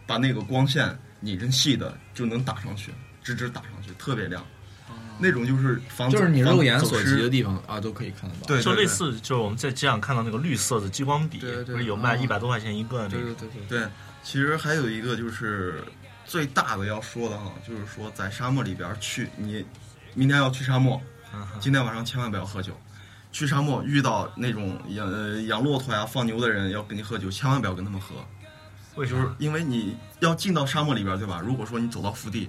[SPEAKER 5] 把那个光线拟成细的就能打上去，直直打上去，特别亮。那种就是防
[SPEAKER 1] 啊就是你肉眼所及的
[SPEAKER 5] 失，
[SPEAKER 1] 地方啊，都可以看得到。
[SPEAKER 5] 对，
[SPEAKER 2] 就
[SPEAKER 5] 对
[SPEAKER 2] 类。似就是我们在街上看到那个绿色的激光笔，
[SPEAKER 1] 对对对
[SPEAKER 2] 不是有卖
[SPEAKER 1] 嗯
[SPEAKER 2] 一百多块钱一个那
[SPEAKER 1] 对
[SPEAKER 2] 个
[SPEAKER 1] 对对对，
[SPEAKER 5] 对对，其实还有一个就是最大的要说的哈，啊就是说在沙漠里边儿去，你明天要去沙漠，
[SPEAKER 2] 嗯
[SPEAKER 1] 啊
[SPEAKER 2] 哼
[SPEAKER 5] 今天晚上千万不要喝酒。去沙漠遇到那种养呃养骆驼呀、放牛的人要跟你喝酒，千万不要跟他们喝，
[SPEAKER 2] 为什
[SPEAKER 5] 就是
[SPEAKER 2] 么？
[SPEAKER 5] 因为你要进到沙漠里边儿，对吧？如果说你走到腹地，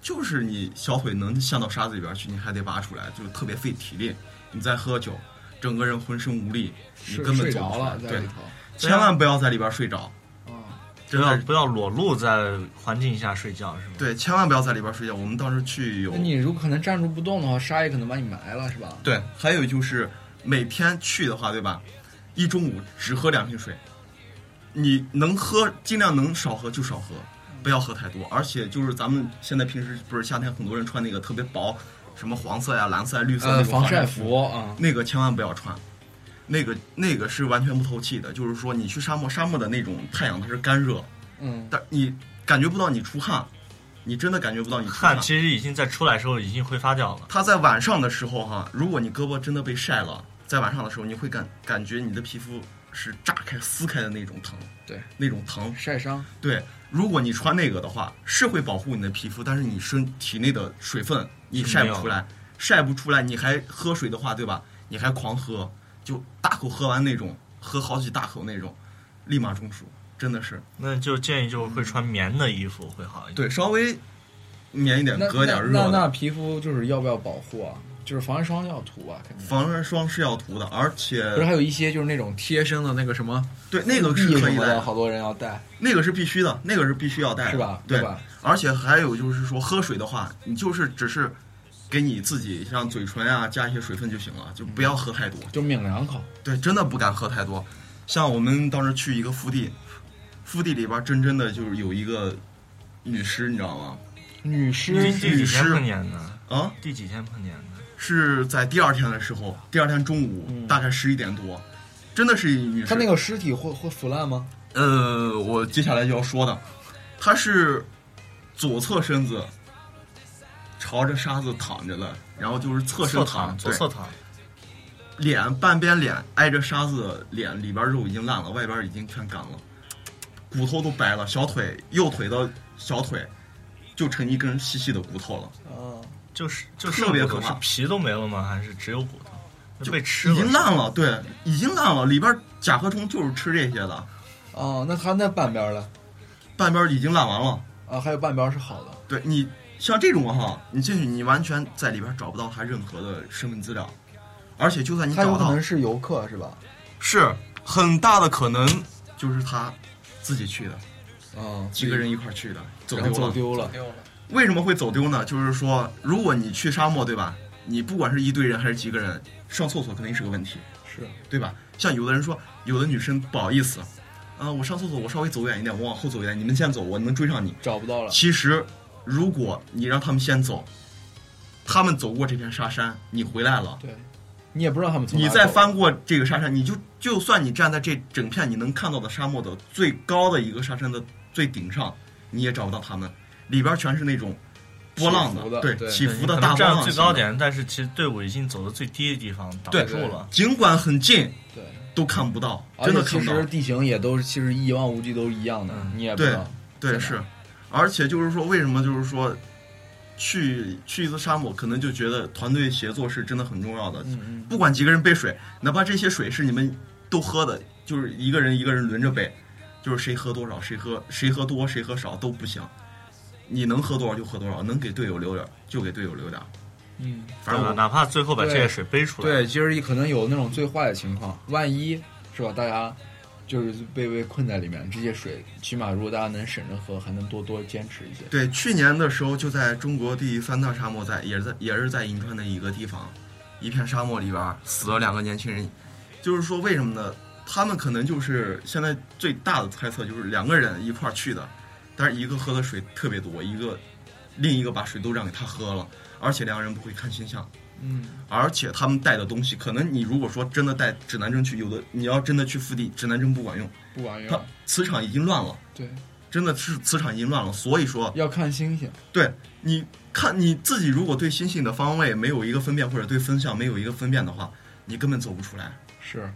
[SPEAKER 5] 就是你小腿能陷到沙子里边儿去，你还得拔出来，就特别费体力。你再喝酒，整个人浑身无力，你
[SPEAKER 1] 睡
[SPEAKER 5] 根本
[SPEAKER 1] 睡
[SPEAKER 5] 走不
[SPEAKER 1] 着
[SPEAKER 5] 出来。
[SPEAKER 1] 了在
[SPEAKER 5] 对
[SPEAKER 1] 里，头。
[SPEAKER 5] 千万不要在里边儿睡着，
[SPEAKER 1] 啊，
[SPEAKER 2] 不
[SPEAKER 5] 真
[SPEAKER 2] 要
[SPEAKER 5] 的
[SPEAKER 2] 不要裸露在环境下睡觉是吗？
[SPEAKER 5] 对，千万不要在里边儿睡觉。我们当时去有
[SPEAKER 1] 那你如果可能站住不动的话，沙也可能把你埋了，是吧？
[SPEAKER 5] 对，还有就是每天去的话，对吧？一中午只喝两瓶水，你能喝尽量能少喝就少喝，不要喝太多。而且就是咱们现在平时不是夏天很多人穿那个特别薄，什么黄色呀、蓝色呀、绿色那
[SPEAKER 1] 呃，
[SPEAKER 5] 种
[SPEAKER 1] 防晒
[SPEAKER 5] 服，
[SPEAKER 1] 服啊，
[SPEAKER 5] 那个千万不要穿。那个那个是完全不透气的，就是说你去沙漠，沙漠的那种太阳它是干热，
[SPEAKER 1] 嗯，
[SPEAKER 5] 但你感觉不到你出汗，你真的感觉不到你出
[SPEAKER 2] 汗其实已经在出来的时候已经挥发掉了，
[SPEAKER 5] 它在晚上的时候哈、如果你胳膊真的被晒了，在晚上的时候，你会感感觉你的皮肤是炸开、撕开的那种疼，
[SPEAKER 1] 对，
[SPEAKER 5] 那种疼。
[SPEAKER 1] 晒伤。
[SPEAKER 5] 对，如果你穿那个的话，是会保护你的皮肤，但是你身体内的水分你晒不出来，晒不出来，你还喝水的话，对吧？你还狂喝，就大口喝完那种，喝好几大口那种，立马中暑，真的是。
[SPEAKER 2] 那就建议就是会穿棉的衣服会好一点。
[SPEAKER 5] 对，稍微棉一点，
[SPEAKER 1] 那
[SPEAKER 5] 隔嗯点热
[SPEAKER 1] 那那
[SPEAKER 5] 的
[SPEAKER 1] 那皮肤就是要不要保护啊？就是防晒霜要涂啊，肯定。
[SPEAKER 5] 防晒霜是要涂的，而且
[SPEAKER 1] 不是还有一些就是那种贴身的那个什么
[SPEAKER 5] 对那个是
[SPEAKER 1] 翼
[SPEAKER 5] 可
[SPEAKER 1] 什
[SPEAKER 5] 以
[SPEAKER 1] 么
[SPEAKER 5] 的
[SPEAKER 1] 的，，好多人要戴，
[SPEAKER 5] 那个是必须的，那个是必须要带的，
[SPEAKER 1] 是吧？
[SPEAKER 5] 对
[SPEAKER 1] 吧？
[SPEAKER 5] 而且还有就是说，喝水的话，你就是只是给你自己像嘴唇啊加一些水分就行了，就不要喝太多。
[SPEAKER 1] 就抿两口，
[SPEAKER 5] 对，真的不敢喝太多。像我们当时去一个腹地，腹地里边真真的就是有一个女尸，你知道吗？
[SPEAKER 1] 女
[SPEAKER 2] 第
[SPEAKER 1] 尸
[SPEAKER 2] 第几天碰见的？
[SPEAKER 5] 啊，
[SPEAKER 2] 第几天碰见的？
[SPEAKER 5] 是在第二天的时候，第二天中午、
[SPEAKER 1] 嗯
[SPEAKER 5] 大概十一点多，真的是一女尸。
[SPEAKER 1] 他那个尸体会会腐烂吗？
[SPEAKER 5] 呃，我接下来就要说的，他是左侧身子朝着沙子躺着的，然后就是侧身
[SPEAKER 2] 侧
[SPEAKER 5] 躺，
[SPEAKER 2] 躺，左
[SPEAKER 5] 对，
[SPEAKER 2] 侧躺。
[SPEAKER 5] 脸半边脸挨着沙子，脸里边肉已经烂了，外边已经全干了，骨头都白了，小腿右腿的小腿就成一根细细的骨头了，
[SPEAKER 1] 啊
[SPEAKER 4] 哦，
[SPEAKER 2] 就是就
[SPEAKER 5] 特别
[SPEAKER 2] 剩骨头
[SPEAKER 5] 可
[SPEAKER 2] 是
[SPEAKER 5] 怕
[SPEAKER 2] 皮都没了吗？还是只有骨头？就
[SPEAKER 5] 就
[SPEAKER 2] 被吃了
[SPEAKER 5] 已经烂了，对，已经烂了。里边甲壳虫就是吃这些的，
[SPEAKER 1] 哦，那它那半边儿呢？
[SPEAKER 5] 半边已经烂完了。
[SPEAKER 1] 啊，还有半边儿是好的。
[SPEAKER 5] 对你像这种哈，你进去你完全在里边找不到它任何的身份资料，而且就算你
[SPEAKER 1] 它有
[SPEAKER 5] 找
[SPEAKER 1] 可
[SPEAKER 5] 到
[SPEAKER 1] 能，是游客是吧？
[SPEAKER 5] 是很大的可能就是他自己去的，
[SPEAKER 1] 嗯，
[SPEAKER 5] 几个人一块儿去的，走
[SPEAKER 1] 然
[SPEAKER 5] 丢
[SPEAKER 1] 后
[SPEAKER 5] 了。
[SPEAKER 1] 走丢了。
[SPEAKER 4] 丢了，
[SPEAKER 5] 为什么会走丢呢？就是说，如果你去沙漠，对吧？你不管是一堆人还是几个人，上厕所肯定是个问题，
[SPEAKER 1] 是，
[SPEAKER 5] 对吧？像有的人说，有的女生不好意思，啊、我上厕所，我稍微走远一点，我往后走远，你们先走，我能追上你。
[SPEAKER 1] 找不到了。
[SPEAKER 5] 其实，如果你让他们先走，他们走过这片沙山，你回来了，
[SPEAKER 1] 对，你也不知道他们从
[SPEAKER 5] 你
[SPEAKER 1] 哪
[SPEAKER 5] 再
[SPEAKER 1] 走
[SPEAKER 5] 翻过这个沙山，你就就算你站在这整片你能看到的沙漠的最高的一个沙山的最顶上，你也找不到他们，里边全是那种波浪
[SPEAKER 1] 起伏的对
[SPEAKER 5] 对，起
[SPEAKER 2] 对
[SPEAKER 5] 伏
[SPEAKER 2] 你可能
[SPEAKER 5] 大波
[SPEAKER 2] 站
[SPEAKER 5] 浪
[SPEAKER 2] 到最
[SPEAKER 5] 形
[SPEAKER 2] 高
[SPEAKER 5] 的，
[SPEAKER 2] 点，但是其实队伍已经走到最低的地方挡
[SPEAKER 5] 对
[SPEAKER 2] 住了。
[SPEAKER 5] 尽管很近
[SPEAKER 1] 对，
[SPEAKER 5] 都看不到，
[SPEAKER 1] 而
[SPEAKER 5] 真
[SPEAKER 1] 且
[SPEAKER 5] 的看
[SPEAKER 1] 其
[SPEAKER 5] 不
[SPEAKER 1] 实
[SPEAKER 5] 到。
[SPEAKER 1] 地形也都是其实一望无际都是一样的，
[SPEAKER 2] 嗯
[SPEAKER 1] 你也不知道。
[SPEAKER 5] 对，是，而且就是说，为什么就是说，去去一次沙漠，可能就觉得团队协作是真的很重要的。
[SPEAKER 1] 嗯嗯，
[SPEAKER 5] 不管几个人背水，哪怕这些水是你们都喝的，就是一个人一个人轮着背，就是谁喝多少，谁喝谁喝多，谁喝少都不行。你能喝多少就喝多少，能给队友留点儿就给队友留点儿。
[SPEAKER 1] 嗯，
[SPEAKER 5] 反正我
[SPEAKER 2] 哪怕最后把这
[SPEAKER 1] 对
[SPEAKER 2] 些水背出来，
[SPEAKER 1] 对，其实可能有那种最坏的情况，万一是吧？大家就是被被困在里面，这些水起码如果大家能省着喝，还能多多坚持一些。
[SPEAKER 5] 对去年的时候就在中国第三大沙漠在，也是在也是在银川的一个地方，一片沙漠里边儿死了两个年轻人。就是说为什么呢？他们可能就是现在最大的猜测就是两个人一块儿去的，但是一个喝的水特别多，一个另一个把水都让给他喝了，而且两个人不会看星象。
[SPEAKER 1] 嗯，
[SPEAKER 5] 而且他们带的东西，可能你如果说真的带指南针去，有的你要真的去腹地，指南针不管用，
[SPEAKER 1] 不管
[SPEAKER 5] 它
[SPEAKER 1] 用，
[SPEAKER 5] 磁场已经乱了，
[SPEAKER 1] 对，
[SPEAKER 5] 真的是磁场已经乱了。所以说，
[SPEAKER 1] 要看星星。
[SPEAKER 5] 对你看你自己，如果对星星的方位没有一个分辨，或者对风向没有一个分辨的话，你根本走不出来。
[SPEAKER 1] 是，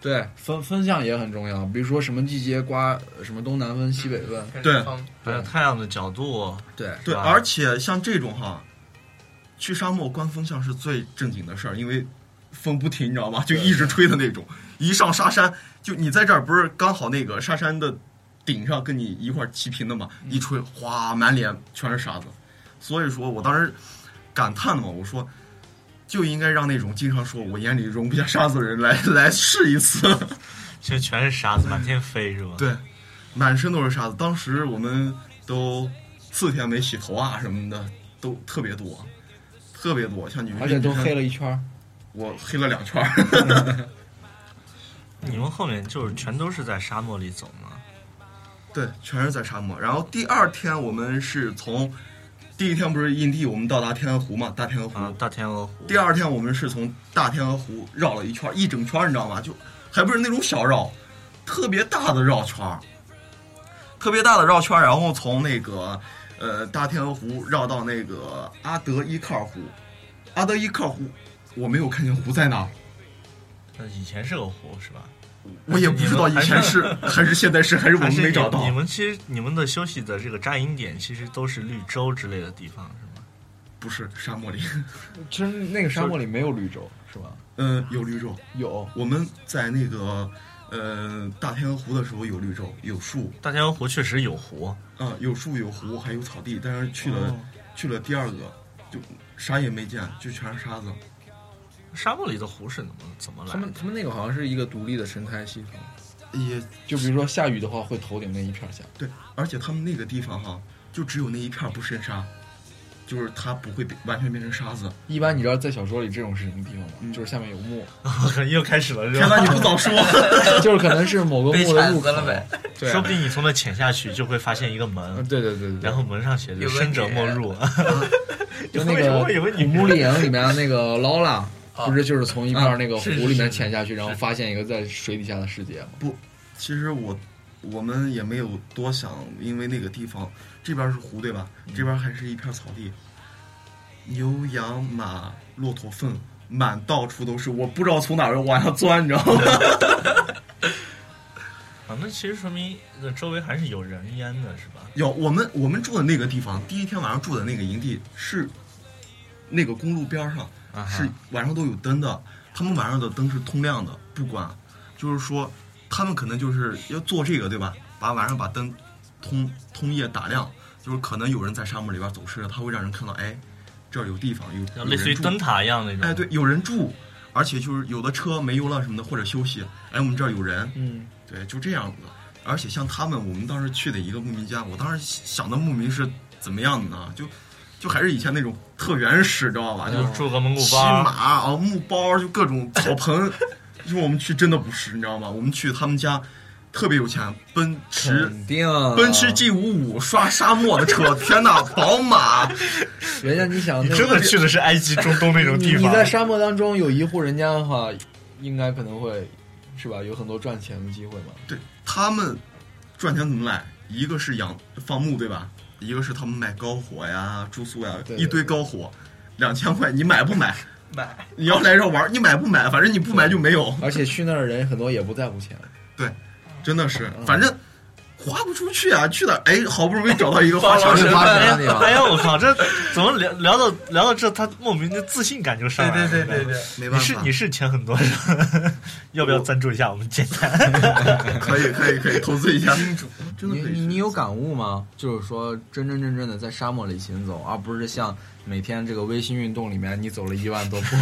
[SPEAKER 1] 对，分分项也很重要，比如说什么季节刮呃什么东南风、西北风，
[SPEAKER 4] 跟
[SPEAKER 5] 对
[SPEAKER 4] 风
[SPEAKER 2] 还有太阳的角度，
[SPEAKER 1] 对，
[SPEAKER 5] 对，
[SPEAKER 2] 吧
[SPEAKER 5] 而且像这种哈，去沙漠观风向是最正经的事儿，因为风不停，你知道吗？就一直吹的那种。一上沙山，就你在这儿不是刚好那个沙山的顶上跟你一块儿齐平的嘛，一吹，哗，满脸全是沙子。所以说我当时感叹的嘛，我说就应该让那种经常说我眼里容不下沙子的人来来试一次。
[SPEAKER 2] 其实全是沙子，满天飞是吧？
[SPEAKER 5] 对，满身都是沙子。当时我们都四天没洗头啊什么的，都特别多，特别多。像女生，
[SPEAKER 1] 而且都黑
[SPEAKER 5] 了，
[SPEAKER 1] 了一圈儿。
[SPEAKER 5] 我黑了两圈儿。
[SPEAKER 2] 你们后面就是全都是在沙漠里走嘛？
[SPEAKER 5] 对，全是在沙漠。然后第二天我们是从第一天不是印地，我们到达天鹅湖嘛，大天鹅湖。
[SPEAKER 2] 啊，大天鹅湖。
[SPEAKER 5] 嗯第二天我们是从大天鹅湖绕了一圈儿，一整圈儿，你知道吗？就还不是那种小绕，特别大的绕圈儿，特别大的绕圈儿，然后从那个呃大天鹅湖绕到那个阿德伊克尔湖，阿德伊克尔湖我没有看见湖在哪儿，
[SPEAKER 2] 那以前是个湖是吧？
[SPEAKER 5] 我也不知道以前是还是现在是还是我
[SPEAKER 2] 还
[SPEAKER 5] 们
[SPEAKER 2] 是
[SPEAKER 5] 没找
[SPEAKER 2] 你
[SPEAKER 5] 到
[SPEAKER 2] 你，们其实你们的休息的这个扎营点其实都是绿洲之类的地方是吗？
[SPEAKER 5] 不是沙漠里，
[SPEAKER 1] 其实那个沙漠里没有绿洲，是吧？
[SPEAKER 5] 嗯、有绿洲，
[SPEAKER 1] 有，
[SPEAKER 5] 我们在那个呃大天鹅湖的时候有绿洲，有树，
[SPEAKER 2] 大天鹅湖确实有湖，
[SPEAKER 5] 啊，有树有湖还有草地，但是去了、
[SPEAKER 1] 哦
[SPEAKER 5] 去了第二个，就啥也没见，就全是沙子。
[SPEAKER 2] 沙漠里的湖是怎么怎么来
[SPEAKER 1] 他们
[SPEAKER 2] 的？
[SPEAKER 1] 他们那个好像是一个独立的生态系统，
[SPEAKER 5] 也
[SPEAKER 1] 就比如说下雨的话，会头顶那一片下。
[SPEAKER 5] 对，而且他们那个地方哈，就只有那一片不深沙，就是它不会变完全变成沙子。
[SPEAKER 1] 一般你知道在小说里这种是什么地方吗？就是下面有墓，
[SPEAKER 2] 又开始了是
[SPEAKER 5] 天
[SPEAKER 2] 吧？
[SPEAKER 5] 哪，你不早说！
[SPEAKER 1] 就是可能是某个
[SPEAKER 4] 被
[SPEAKER 1] 墓的
[SPEAKER 4] 铲
[SPEAKER 1] 入
[SPEAKER 4] 子
[SPEAKER 1] 口
[SPEAKER 4] 了。呗，
[SPEAKER 1] 对啊
[SPEAKER 2] 说不定你从那潜下去就会发现一个门，
[SPEAKER 1] 嗯对对对对，
[SPEAKER 2] 然后门上写着“
[SPEAKER 4] 有个
[SPEAKER 2] 生者莫入”，
[SPEAKER 1] 就那个
[SPEAKER 2] 我以 为
[SPEAKER 1] 《
[SPEAKER 2] 你
[SPEAKER 1] 古墓丽影》里面那个劳拉，
[SPEAKER 4] 啊
[SPEAKER 1] 不是就是从一片那个
[SPEAKER 4] 啊
[SPEAKER 1] 湖
[SPEAKER 4] 是是
[SPEAKER 1] 里
[SPEAKER 4] 是
[SPEAKER 1] 面
[SPEAKER 4] 是
[SPEAKER 1] 潜下去，然后发现一个在水底下的世界吗？
[SPEAKER 5] 其实我我们也没有多想，因为那个地方这边是湖对吧？这边还是一片草地，牛羊马骆驼粪满到处都是，我不知道从哪儿往下钻，你知道吗？
[SPEAKER 2] 啊，那其实说明呃周围还是有人烟的，是吧？
[SPEAKER 5] 有我们我们住的那个地方，第一天晚上住的那个营地是那个公路边儿上，
[SPEAKER 2] 啊哈
[SPEAKER 5] 是晚上都有灯的，他们晚上的灯是通亮的，不关。就是说，他们可能就是要做这个，对吧？把晚上把灯通通夜打亮，就是可能有人在沙漠里边走失了，他会让人看到，哎，这儿有地方，有
[SPEAKER 2] 像
[SPEAKER 5] 有
[SPEAKER 2] 类似于
[SPEAKER 5] 人住
[SPEAKER 2] 灯塔一样那种。
[SPEAKER 5] 哎，对，，有人住，而且就是有的车没油了什么的，或者休息，哎，我们这儿有人，
[SPEAKER 1] 嗯，
[SPEAKER 5] 对，就这样子。而且像他们，我们当时去的一个牧民家，我当时想的牧民是怎么样的呢？就就还是以前那种特原始，知道吧？
[SPEAKER 2] 就
[SPEAKER 5] 就是
[SPEAKER 2] 住个蒙古
[SPEAKER 5] 骑
[SPEAKER 2] 包
[SPEAKER 5] 马，啊，木包，就各种草棚。就是我们去真的不是，你知道吗？我们去他们家特别有钱，奔驰。
[SPEAKER 1] 肯定啊
[SPEAKER 5] 奔驰 G 五五刷沙漠的车，天呐，宝马，
[SPEAKER 1] 人家你想那
[SPEAKER 2] 真的去的是埃及、中东那种
[SPEAKER 1] 你
[SPEAKER 2] 地
[SPEAKER 1] 你
[SPEAKER 2] 方。
[SPEAKER 1] 在沙漠当中有一户人家的话，应该可能会是吧？有很多赚钱的机会嘛。
[SPEAKER 5] 对他们赚钱怎么来？一个是养放牧，对吧？一个是他们卖高火呀、住宿呀，
[SPEAKER 1] 对
[SPEAKER 5] 一堆高火，两千块，你买不买？
[SPEAKER 4] 买
[SPEAKER 5] 你要来这玩儿，你买不买？反正你不买就没有。
[SPEAKER 1] 而且去那儿的人很多也不在乎钱，
[SPEAKER 5] 真的是，
[SPEAKER 1] 嗯
[SPEAKER 5] 反正花不出去啊。去的，哎，好不容易找到一个花钱
[SPEAKER 1] 花
[SPEAKER 5] 的
[SPEAKER 1] 钱
[SPEAKER 5] 地方，
[SPEAKER 1] 花钱的地方
[SPEAKER 2] 哎呀，我靠，这怎么聊聊到聊到这，他莫名的自信感就上
[SPEAKER 4] 对
[SPEAKER 2] 来了。
[SPEAKER 4] 对对对对，
[SPEAKER 5] 没
[SPEAKER 2] 你
[SPEAKER 5] 办
[SPEAKER 2] 是
[SPEAKER 5] 法，
[SPEAKER 2] 你是钱很多是吧？要不要赞助一下我们简单？
[SPEAKER 5] 可以可以可 以投资一下，真的
[SPEAKER 1] 你
[SPEAKER 5] 可以。
[SPEAKER 1] 你有感悟吗？就是说真真正正的在沙漠里行走，而不是像每天这个微信运动里面你走了一万多步，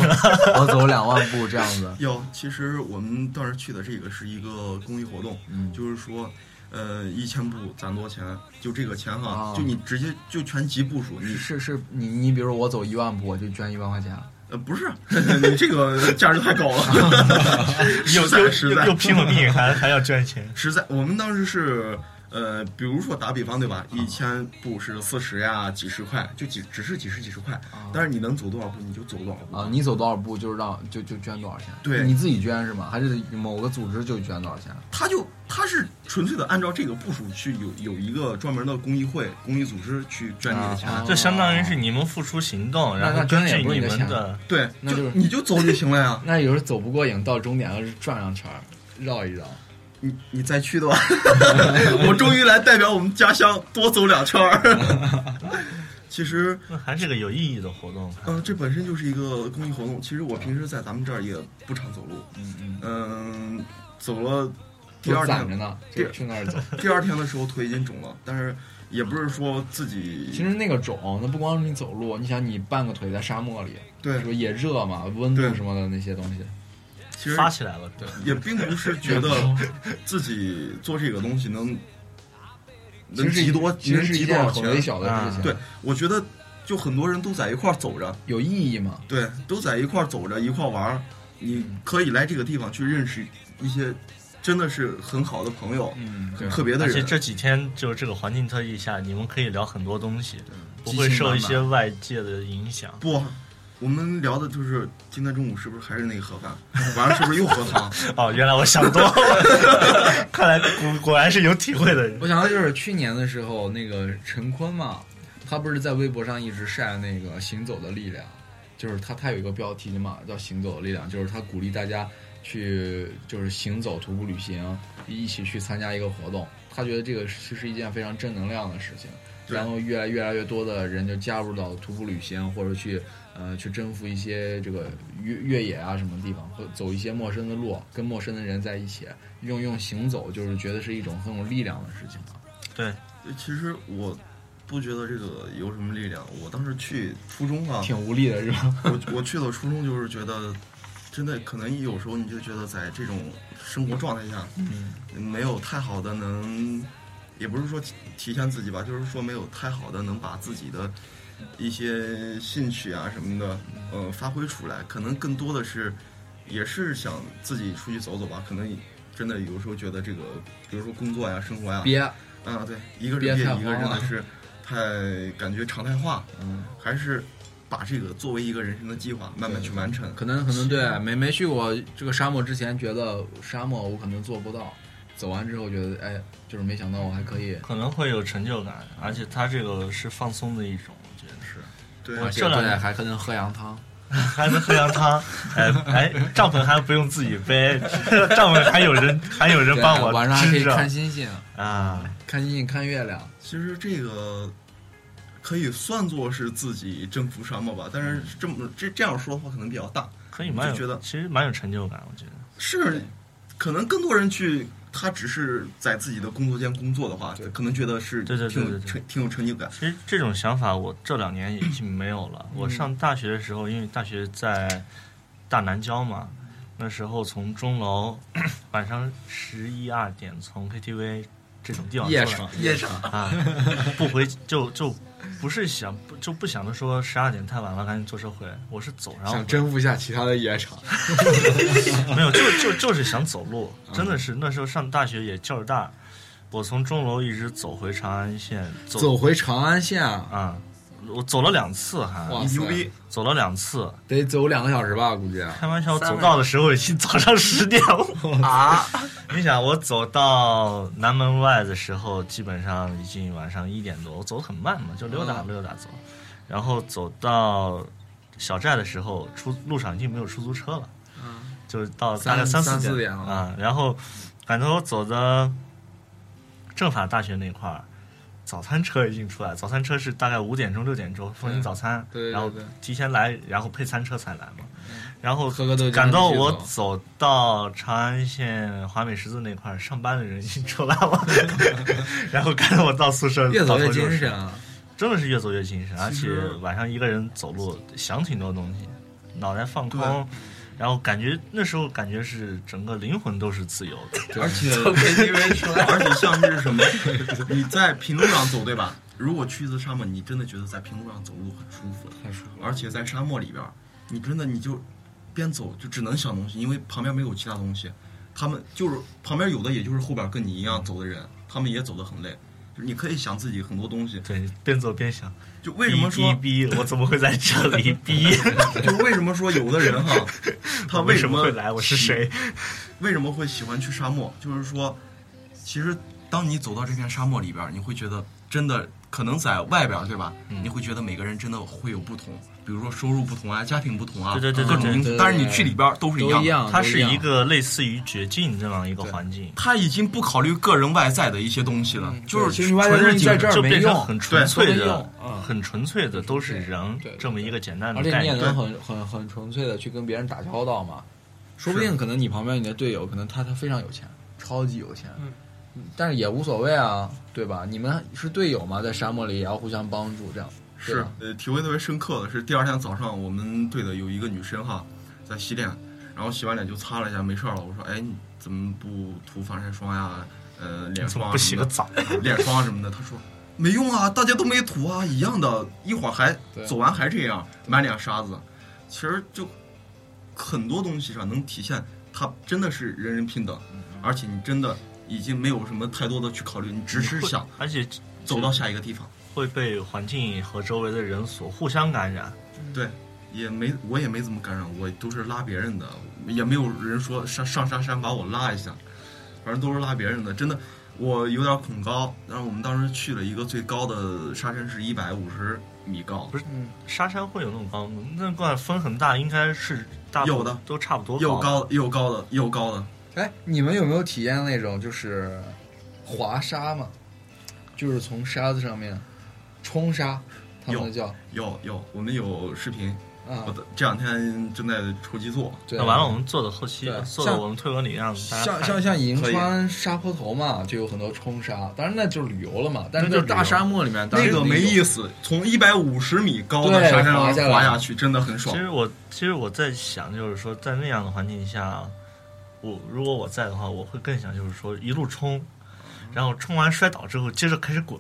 [SPEAKER 1] 我走两万步这样子。
[SPEAKER 5] 有，其实我们当时去的这个是一个公益活动，
[SPEAKER 1] 嗯
[SPEAKER 5] 就是说，呃，一千步攒多少钱？就这个钱哈，
[SPEAKER 1] 啊
[SPEAKER 5] 就你直接就全集步数，你
[SPEAKER 1] 是是，你你比如我走一万步，我就捐一万块钱。
[SPEAKER 5] 呃不是，你这个价值太高 了，
[SPEAKER 2] 又
[SPEAKER 5] 实在
[SPEAKER 2] 又
[SPEAKER 5] 实
[SPEAKER 2] 又又
[SPEAKER 5] 在
[SPEAKER 2] 拼了命，还还要捐 钱。
[SPEAKER 5] 实在，我们当时是。呃，比如说打比方对吧，一千步是四十呀，几十块，就几只是几十几十块，但是你能走多少步你就走多少步
[SPEAKER 1] 啊，你走多少步就是让就就捐多少钱，
[SPEAKER 5] 对
[SPEAKER 1] 你自己捐是吗？还是某个组织就捐多少钱？
[SPEAKER 5] 他就他是纯粹的按照这个步数去有有一个专门的公益会、公益组织去捐这个钱，
[SPEAKER 1] 啊
[SPEAKER 2] 这相当于是你们付出行动，
[SPEAKER 1] 那
[SPEAKER 2] 然后
[SPEAKER 1] 那捐
[SPEAKER 2] 根
[SPEAKER 1] 的也
[SPEAKER 2] 据
[SPEAKER 1] 不是
[SPEAKER 2] 你
[SPEAKER 1] 你的
[SPEAKER 2] 们
[SPEAKER 1] 钱
[SPEAKER 2] 的
[SPEAKER 5] 对，
[SPEAKER 1] 那就是，
[SPEAKER 5] 你就走就行了 呀
[SPEAKER 1] 那有时候走不过瘾，到终点了转两圈儿，绕一绕。
[SPEAKER 5] 你你再去的吧， 我终于来代表我们家乡多走两圈儿。 其实，
[SPEAKER 2] 那还是个有意义的活动。
[SPEAKER 5] 嗯、这本身就是一个公益活动。其实我平时在咱们这儿也不常走路，
[SPEAKER 1] 嗯嗯，
[SPEAKER 5] 嗯，走了第
[SPEAKER 1] 都
[SPEAKER 5] 二
[SPEAKER 1] 攒着
[SPEAKER 5] 天，
[SPEAKER 1] 呢，
[SPEAKER 5] 第
[SPEAKER 1] 就
[SPEAKER 5] 二
[SPEAKER 1] 去那儿走。
[SPEAKER 5] 第二天的时候腿已经肿了，但是也不是说自己
[SPEAKER 1] 其实那个肿，那不光是你走路，你想你半个腿在沙漠里，
[SPEAKER 5] 对，
[SPEAKER 1] 说也热嘛，温度
[SPEAKER 5] 对
[SPEAKER 1] 什么的那些东西。
[SPEAKER 5] 其实
[SPEAKER 2] 发起来了，对，
[SPEAKER 5] 也并不是觉得自己做这个东西能 能
[SPEAKER 1] 其实
[SPEAKER 5] 集多
[SPEAKER 1] 其
[SPEAKER 5] 能
[SPEAKER 1] 实是一
[SPEAKER 5] 集多
[SPEAKER 1] 件
[SPEAKER 5] 少
[SPEAKER 1] 很微
[SPEAKER 5] 钱。啊
[SPEAKER 1] 小的事情，
[SPEAKER 5] 对，我觉得就很多人都在一块儿走着，
[SPEAKER 1] 有意义嘛？
[SPEAKER 5] 对，都在一块儿走着，一块儿玩儿。你可以来这个地方去认识一些真的是很好的朋友，
[SPEAKER 1] 嗯，
[SPEAKER 5] 很特别的
[SPEAKER 2] 而且
[SPEAKER 5] 人。
[SPEAKER 2] 这几天就是这个环境特异下，你们可以聊很多东西，不会
[SPEAKER 1] 激情
[SPEAKER 2] 受
[SPEAKER 1] 满
[SPEAKER 2] 一
[SPEAKER 1] 满
[SPEAKER 2] 些外界的影响。
[SPEAKER 5] 不，我们聊的就是今天中午是不是还是那个盒饭， 晚上是不是又喝汤？
[SPEAKER 2] 哦，原来我想多了， 看来果果然是有体会的人。
[SPEAKER 1] 我想到就是去年的时候，那个陈坤嘛，他不是在微博上一直晒那个《行走的力量》，就是他他有一个标题嘛，叫《行走的力量》，就是他鼓励大家去就是行走徒步旅行，一起去参加一个活动。他觉得这个其实是一件非常正能量的事情，
[SPEAKER 5] 对
[SPEAKER 1] 然后越来越来越多的人就加入到徒步旅行，或者去呃去征服一些这个越越野啊什么地方，或走一些陌生的路，跟陌生的人在一起，用用行走，就是觉得是一种很有力量的事情啊。
[SPEAKER 2] 对，
[SPEAKER 5] 其实我不觉得这个有什么力量。我当时去初中啊，
[SPEAKER 1] 挺无力的是吧？
[SPEAKER 5] 我我去的初衷就是觉得，真的可能有时候你就觉得在这种生活状态下，
[SPEAKER 1] 嗯，
[SPEAKER 5] 没有太好的能，也不是说体体现自己吧，就是说没有太好的能把自己的一些兴趣啊什么的，呃，发挥出来。可能更多的是，也是想自己出去走走吧。可能真的有时候觉得这个，比如说工作呀、生活呀，
[SPEAKER 1] 憋，
[SPEAKER 5] 啊，对，一个
[SPEAKER 1] 别
[SPEAKER 5] 人憋
[SPEAKER 1] 太
[SPEAKER 5] 一个
[SPEAKER 1] 慌
[SPEAKER 5] 真的
[SPEAKER 1] 了
[SPEAKER 5] 是太感觉常态化，
[SPEAKER 1] 嗯，
[SPEAKER 5] 还是把这个作为一个人生的计划，慢慢去完成。
[SPEAKER 1] 可能可能对没没去过这个沙漠之前，觉得沙漠我可能做不到，走完之后觉得哎，就是没想到我还可以。
[SPEAKER 2] 可能会有成就感，而且它这个是放松的一种，我觉得是。
[SPEAKER 5] 对，
[SPEAKER 2] 我
[SPEAKER 1] 啊
[SPEAKER 2] 这两
[SPEAKER 1] 对，
[SPEAKER 2] 天
[SPEAKER 1] 还可能喝羊汤，
[SPEAKER 2] 还能喝上 汤，哎哎，帐篷还不用自己背， 帐篷还 有人还有人
[SPEAKER 1] 对
[SPEAKER 2] 帮我
[SPEAKER 1] 晚上还可以
[SPEAKER 2] 支着
[SPEAKER 1] 看星星，
[SPEAKER 2] 啊，
[SPEAKER 1] 看星星，看月亮。
[SPEAKER 5] 其实这个可以算作是自己征服沙漠吧，但
[SPEAKER 2] 嗯
[SPEAKER 5] 是这么这这样说的话可能比较大，
[SPEAKER 2] 可以蛮有，
[SPEAKER 5] 就觉得
[SPEAKER 2] 其实蛮有成就感，我觉得。
[SPEAKER 5] 是可能更多人去。他只是在自己的工作间工作的话，可能觉得是
[SPEAKER 2] 对对对
[SPEAKER 5] 挺有
[SPEAKER 2] 对对对
[SPEAKER 5] 成挺有成就感。
[SPEAKER 2] 其实这种想法我这两年已经没有
[SPEAKER 1] 嗯
[SPEAKER 2] 了。我上大学的时候，因为大学在大南郊嘛，那时候从钟楼晚上十一二点从 KTV 这种地方
[SPEAKER 1] 夜
[SPEAKER 2] 出来
[SPEAKER 1] 场，
[SPEAKER 4] 夜场
[SPEAKER 2] 啊，不回就就不是想不就不想着说十二点太晚了赶紧坐车回来，我是走，然后
[SPEAKER 1] 想征服一下其他的夜场，
[SPEAKER 2] 没有，就就就是想走路，真的是那时候上大学也劲儿大，我从钟楼一直走回长安县，走
[SPEAKER 1] 走回长安县啊，
[SPEAKER 2] 啊、我走了两次还
[SPEAKER 1] 哇
[SPEAKER 5] 牛
[SPEAKER 1] 塞，
[SPEAKER 5] 逼！
[SPEAKER 2] 走了两次，
[SPEAKER 1] 得走两个小时吧，估计。
[SPEAKER 2] 开玩笑，
[SPEAKER 4] 三
[SPEAKER 2] 走
[SPEAKER 4] 万
[SPEAKER 2] 到的时候已经早上十点了。
[SPEAKER 4] 啊，
[SPEAKER 2] 你想，我走到南门外的时候，基本上已经晚上一点多，我走得很慢嘛，就溜达
[SPEAKER 1] 嗯
[SPEAKER 2] 溜达走，然后走到小寨的时候，出路上已经没有出租车了，
[SPEAKER 1] 嗯，
[SPEAKER 2] 就是到大概
[SPEAKER 1] 三
[SPEAKER 2] 四
[SPEAKER 1] 三四
[SPEAKER 2] 点
[SPEAKER 1] 点了
[SPEAKER 2] 啊、然后，反正我走的政法大学那块儿。早餐车已经出来，早餐车是大概五点钟六点钟风景早餐，
[SPEAKER 1] 嗯对对对
[SPEAKER 2] 然后
[SPEAKER 1] 对嗯
[SPEAKER 2] 提前来，然后配餐车才来嘛。然后
[SPEAKER 1] 喝个豆浆
[SPEAKER 2] 赶到
[SPEAKER 1] 继续
[SPEAKER 2] 我
[SPEAKER 1] 走
[SPEAKER 2] 走到长安县华美十字那块儿，上班的人已经出来了， 然后赶到我到宿舍，
[SPEAKER 1] 越走
[SPEAKER 2] 倒
[SPEAKER 1] 越
[SPEAKER 2] 头就
[SPEAKER 1] 精
[SPEAKER 2] 睡
[SPEAKER 1] 神， 啊！
[SPEAKER 2] 真的是越走越精神，而且
[SPEAKER 5] 实
[SPEAKER 2] 晚上一个人走路想挺多东西，脑袋放空，然后感觉那时候感觉是整个灵魂都是自由的，
[SPEAKER 1] 而且
[SPEAKER 4] 从 KTV 出来，
[SPEAKER 5] 而且像是什么？ 你在平路上走，对吧？如果去一次沙漠，你真的觉得在平路上走路很舒服，
[SPEAKER 1] 很舒服。
[SPEAKER 5] 而且在沙漠里边儿，你真的你就边走就只能想东西，因为旁边没有其他东西。他们就是旁边有的，也就是后边跟你一样走的人，他们也走得很累。就是你可以想自己很多东西。
[SPEAKER 2] 对，边走边想，
[SPEAKER 5] 就为什么说
[SPEAKER 2] 哔，哔哔，我怎么会在这里哔？
[SPEAKER 5] 就为什么说有的 人哈，他
[SPEAKER 2] 我为
[SPEAKER 5] 什
[SPEAKER 2] 什么会来？我是
[SPEAKER 5] 喜
[SPEAKER 2] 谁？
[SPEAKER 5] 为什么会喜欢去沙漠？就是说，其实当你走到这片沙漠里边儿，你会觉得真的可能在外边儿，对吧？
[SPEAKER 2] 嗯
[SPEAKER 5] 你会觉得每个人真的会有不同，比如说收入不同啊，家庭不同啊，
[SPEAKER 2] 对对对
[SPEAKER 5] 各
[SPEAKER 2] 对
[SPEAKER 5] 种
[SPEAKER 2] 对
[SPEAKER 5] 因素。但是你去里边儿都是一
[SPEAKER 1] 都
[SPEAKER 5] 样
[SPEAKER 1] 一
[SPEAKER 5] 的。
[SPEAKER 1] 样，
[SPEAKER 2] 它
[SPEAKER 1] 都
[SPEAKER 2] 是
[SPEAKER 1] 样
[SPEAKER 2] 一个类似于绝境这样一个环境。
[SPEAKER 5] 他已经不考虑个人外在的一些东西了，
[SPEAKER 2] 嗯
[SPEAKER 5] 就
[SPEAKER 1] 对其
[SPEAKER 5] 是
[SPEAKER 1] 实外在
[SPEAKER 5] 纯
[SPEAKER 1] 东
[SPEAKER 5] 是
[SPEAKER 1] 西
[SPEAKER 5] 精
[SPEAKER 1] 在
[SPEAKER 5] 神
[SPEAKER 1] 这儿
[SPEAKER 2] 就
[SPEAKER 1] 没
[SPEAKER 2] 变成
[SPEAKER 1] 用
[SPEAKER 2] 很纯粹
[SPEAKER 1] 对都没
[SPEAKER 2] 的
[SPEAKER 1] 用、嗯
[SPEAKER 2] 很纯粹的都是人
[SPEAKER 1] 对对
[SPEAKER 2] 这么一个简单
[SPEAKER 1] 而
[SPEAKER 2] 的
[SPEAKER 1] 且
[SPEAKER 2] 概
[SPEAKER 1] 你也
[SPEAKER 2] 念。
[SPEAKER 1] 能很很很纯粹的去跟别人打交道嘛，说不定可能你旁边你的队友可能他他非常有钱，超级有钱，
[SPEAKER 4] 嗯
[SPEAKER 1] 但是也无所谓啊，对吧？你们是队友嘛，在沙漠里也要互相帮助，这样对
[SPEAKER 5] 是
[SPEAKER 1] 吧
[SPEAKER 5] 呃，体会特别深刻的是，第二天早上我们队的有一个女生哈，在洗脸，然后洗完脸就擦了一下，没事儿了。我说，哎，你怎么不涂防晒霜呀？呃，脸
[SPEAKER 2] 怎
[SPEAKER 5] 霜
[SPEAKER 2] 么
[SPEAKER 5] 啊
[SPEAKER 2] 不
[SPEAKER 5] 什
[SPEAKER 2] 洗
[SPEAKER 5] 么
[SPEAKER 2] 个
[SPEAKER 5] 的。
[SPEAKER 2] 澡？
[SPEAKER 5] 脸霜什么的，他说没用啊，大家都没涂啊，一样的，一会儿还
[SPEAKER 1] 对
[SPEAKER 5] 走完还这样，满脸沙子。其实就很多东西上能体现他真的是人人平等，而且你真的已经没有什么太多的去考虑，你只是想
[SPEAKER 2] 而且
[SPEAKER 5] 走到下一个地方。
[SPEAKER 2] 会被环境和周围的人所互相感染。
[SPEAKER 5] 对，也没我也没怎么感染，我都是拉别人的，也没有人说上上沙山把我拉一下，反正都是拉别人的。真的，我有点恐高，然后我们当时去了一个最高的沙山是一百五十米高
[SPEAKER 2] 不，是沙山会有那么高吗？那块风很大，应该是大
[SPEAKER 5] 有的
[SPEAKER 2] 都差不多
[SPEAKER 5] 又
[SPEAKER 2] 高
[SPEAKER 5] 高又高的又高的，
[SPEAKER 1] 哎，你们有没有体验那种就是滑沙嘛？就是从沙子上面冲沙，他们
[SPEAKER 5] 有
[SPEAKER 1] 叫
[SPEAKER 5] 有有，我们有视频，
[SPEAKER 1] 啊
[SPEAKER 5] 我，的这两天正在筹集做，
[SPEAKER 1] 对，
[SPEAKER 2] 那完了，我们做的后期
[SPEAKER 1] 对
[SPEAKER 2] 做的
[SPEAKER 1] 像
[SPEAKER 2] 我们推文里让大家
[SPEAKER 1] 像
[SPEAKER 2] 看
[SPEAKER 1] 像像银
[SPEAKER 5] 可以
[SPEAKER 1] 川沙坡头嘛，就有很多冲沙，当然那就是旅游了嘛。但是
[SPEAKER 2] 那就是
[SPEAKER 1] 在大
[SPEAKER 2] 旅游
[SPEAKER 1] 沙漠里面，当
[SPEAKER 5] 那
[SPEAKER 1] 然
[SPEAKER 5] 个
[SPEAKER 1] 是
[SPEAKER 5] 没
[SPEAKER 1] 种
[SPEAKER 5] 意思，从一百五十米高的
[SPEAKER 1] 对
[SPEAKER 5] 沙山上
[SPEAKER 1] 滑下来
[SPEAKER 5] 滑下去真的很爽
[SPEAKER 2] 其。实我其实我在想，就是说在那样的环境下，我如果我在的话，我会更想就是说一路冲，然后冲完摔倒之后，接着开始滚，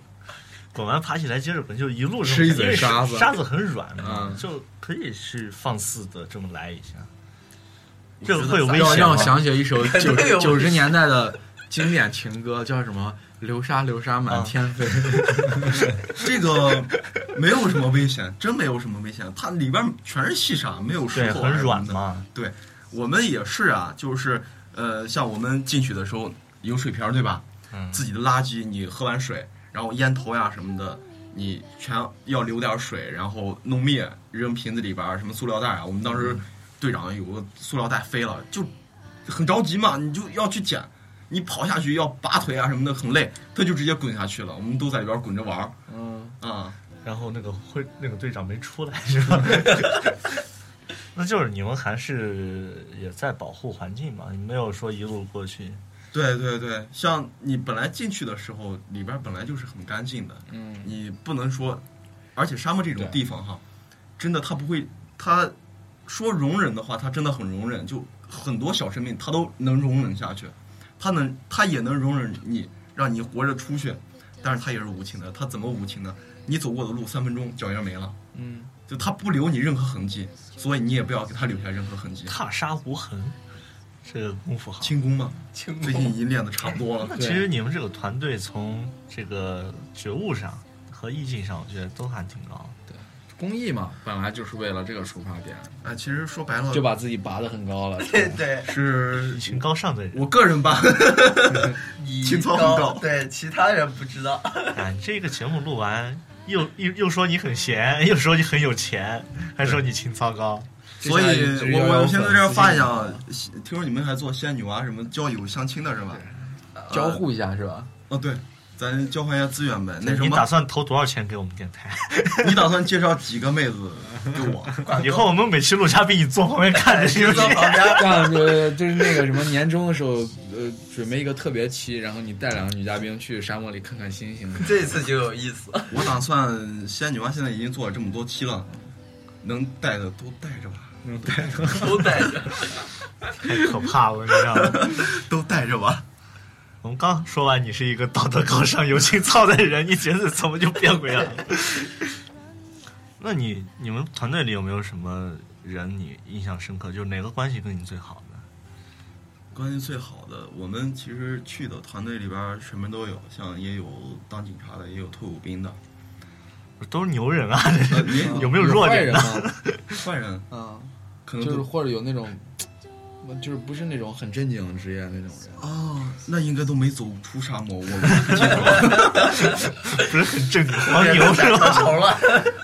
[SPEAKER 2] 滚完爬起来接着滚，就一路这么
[SPEAKER 1] 吃一
[SPEAKER 2] 干
[SPEAKER 1] 嘴
[SPEAKER 2] 因为
[SPEAKER 1] 沙子
[SPEAKER 2] 沙子很软嘛，
[SPEAKER 1] 嗯
[SPEAKER 2] 就可以是放肆的这么来一下。
[SPEAKER 5] 我
[SPEAKER 2] 这个
[SPEAKER 5] 觉得
[SPEAKER 2] 会有
[SPEAKER 5] 咱
[SPEAKER 2] 危
[SPEAKER 1] 让
[SPEAKER 2] 险
[SPEAKER 1] 让
[SPEAKER 2] 吗
[SPEAKER 1] 我想起一首九
[SPEAKER 4] 定有
[SPEAKER 1] 九十年代的经典情歌，叫什么？流沙流沙满
[SPEAKER 2] 啊
[SPEAKER 1] 天飞。
[SPEAKER 5] 这个没有什么危险，真没有什么危险。它里边全是细沙，没有石
[SPEAKER 2] 对，
[SPEAKER 5] 头，啊
[SPEAKER 2] 很软。嘛。
[SPEAKER 5] 对，我们也是啊，就是呃，像我们进去的时候有水瓶儿，对吧？
[SPEAKER 2] 嗯
[SPEAKER 5] 自己的垃圾，你喝完水，然后烟头呀什么的，你全要留点水，然后弄灭，扔瓶子里边儿，什么塑料袋啊。我们当时
[SPEAKER 2] 嗯
[SPEAKER 5] 队长有个塑料袋飞了，就很着急嘛，你就要去捡，你跑下去要拔腿啊什么的，很累，他就直接滚下去了。我们都在里边滚着玩儿
[SPEAKER 1] 嗯，
[SPEAKER 5] 啊、
[SPEAKER 2] 然后那个会那个队长没出来， 是吧？那就是你们还是也在保护环境嘛，你没有说一路过去。
[SPEAKER 5] 对对对，像你本来进去的时候，里边本来就是很干净的，
[SPEAKER 1] 嗯，
[SPEAKER 5] 你不能说，而且沙漠这种
[SPEAKER 1] 对
[SPEAKER 5] 地方哈，真的他不会，他说容忍的话，他真的很容忍，就很多小生命他都能容忍下去，他能他也能容忍你，让你活着出去，但是他也是无情的，他怎么无情呢？你走过的路三分钟脚印没了，
[SPEAKER 1] 嗯，
[SPEAKER 5] 就他不留你任何痕迹，所以你也不要给他留下任何痕迹。
[SPEAKER 2] 踏沙无痕，这个功夫好。
[SPEAKER 5] 轻功嘛，
[SPEAKER 4] 轻
[SPEAKER 5] 最近已经练的差不多了
[SPEAKER 2] 那。
[SPEAKER 1] 对
[SPEAKER 2] 其实你们这个团队从这个觉悟上和意境上，我觉得都还挺高。
[SPEAKER 1] 公益嘛，本来就是为了这个出发点，
[SPEAKER 5] 哎，其实说白了
[SPEAKER 1] 就把自己拔得很高 了。
[SPEAKER 4] 对 对，
[SPEAKER 5] 是
[SPEAKER 2] 一群高尚的人，
[SPEAKER 5] 我个人吧，
[SPEAKER 4] 你
[SPEAKER 5] 情操很
[SPEAKER 4] 高
[SPEAKER 5] 高
[SPEAKER 4] 对其他人不知道，
[SPEAKER 2] 哎，这个节目录完，又又又说你很闲，又说你很有钱，还说你情操高。
[SPEAKER 5] 所以我我现在在这
[SPEAKER 1] 这
[SPEAKER 5] 儿发现啊，听说你们还做仙女啊，什么交友相亲的是吧？
[SPEAKER 1] 交互一下是 吧？
[SPEAKER 5] 哦，对，咱交换一下资源呗。那什
[SPEAKER 2] 你打
[SPEAKER 5] 么，
[SPEAKER 2] 算投多少钱给我们电台？
[SPEAKER 5] 你打算介绍几个妹子给我？
[SPEAKER 4] 管
[SPEAKER 2] 以后我们每期录嘉宾，你坐旁边
[SPEAKER 5] 哎
[SPEAKER 2] 看着
[SPEAKER 4] 你
[SPEAKER 2] 行不
[SPEAKER 4] 坐
[SPEAKER 2] 行？
[SPEAKER 4] 旁边，
[SPEAKER 1] 这样呃，就是那个什么年终的时候，呃，准备一个特别期，然后你带两个女嘉宾去沙漠里看看星星。
[SPEAKER 4] 这次就有意思。
[SPEAKER 5] 我打算仙女啊，现在已经做了这么多期了，能带的都带着吧，
[SPEAKER 1] 嗯，对，
[SPEAKER 4] 都带着，
[SPEAKER 2] 太可怕了，你知道吗？
[SPEAKER 5] 都带着吧。
[SPEAKER 2] 我们刚说完你是一个道德高尚、有情操的人，你觉得怎么就变回来了？ 那你你们团队里有没有什么人你印象深刻？就是哪个关系跟你最好的？
[SPEAKER 5] 关系最好的，我们其实去的团队里边儿什么都有，像也有当警察的，也有退伍兵的，
[SPEAKER 2] 都是牛人啊！
[SPEAKER 5] 呃也
[SPEAKER 2] 有没有弱
[SPEAKER 1] 坏
[SPEAKER 2] 点
[SPEAKER 1] 人
[SPEAKER 2] 呢？
[SPEAKER 1] 吗？
[SPEAKER 5] 坏人，
[SPEAKER 1] 啊，
[SPEAKER 5] 可能
[SPEAKER 1] 就
[SPEAKER 5] 都
[SPEAKER 1] 是或者有那种，就是不是那种很正经职业那种人。
[SPEAKER 5] 哦，那应该都没走出沙漠，我们 记住了。
[SPEAKER 2] 不是很 正经，黄牛是
[SPEAKER 4] 打
[SPEAKER 2] 吧？
[SPEAKER 4] 头了，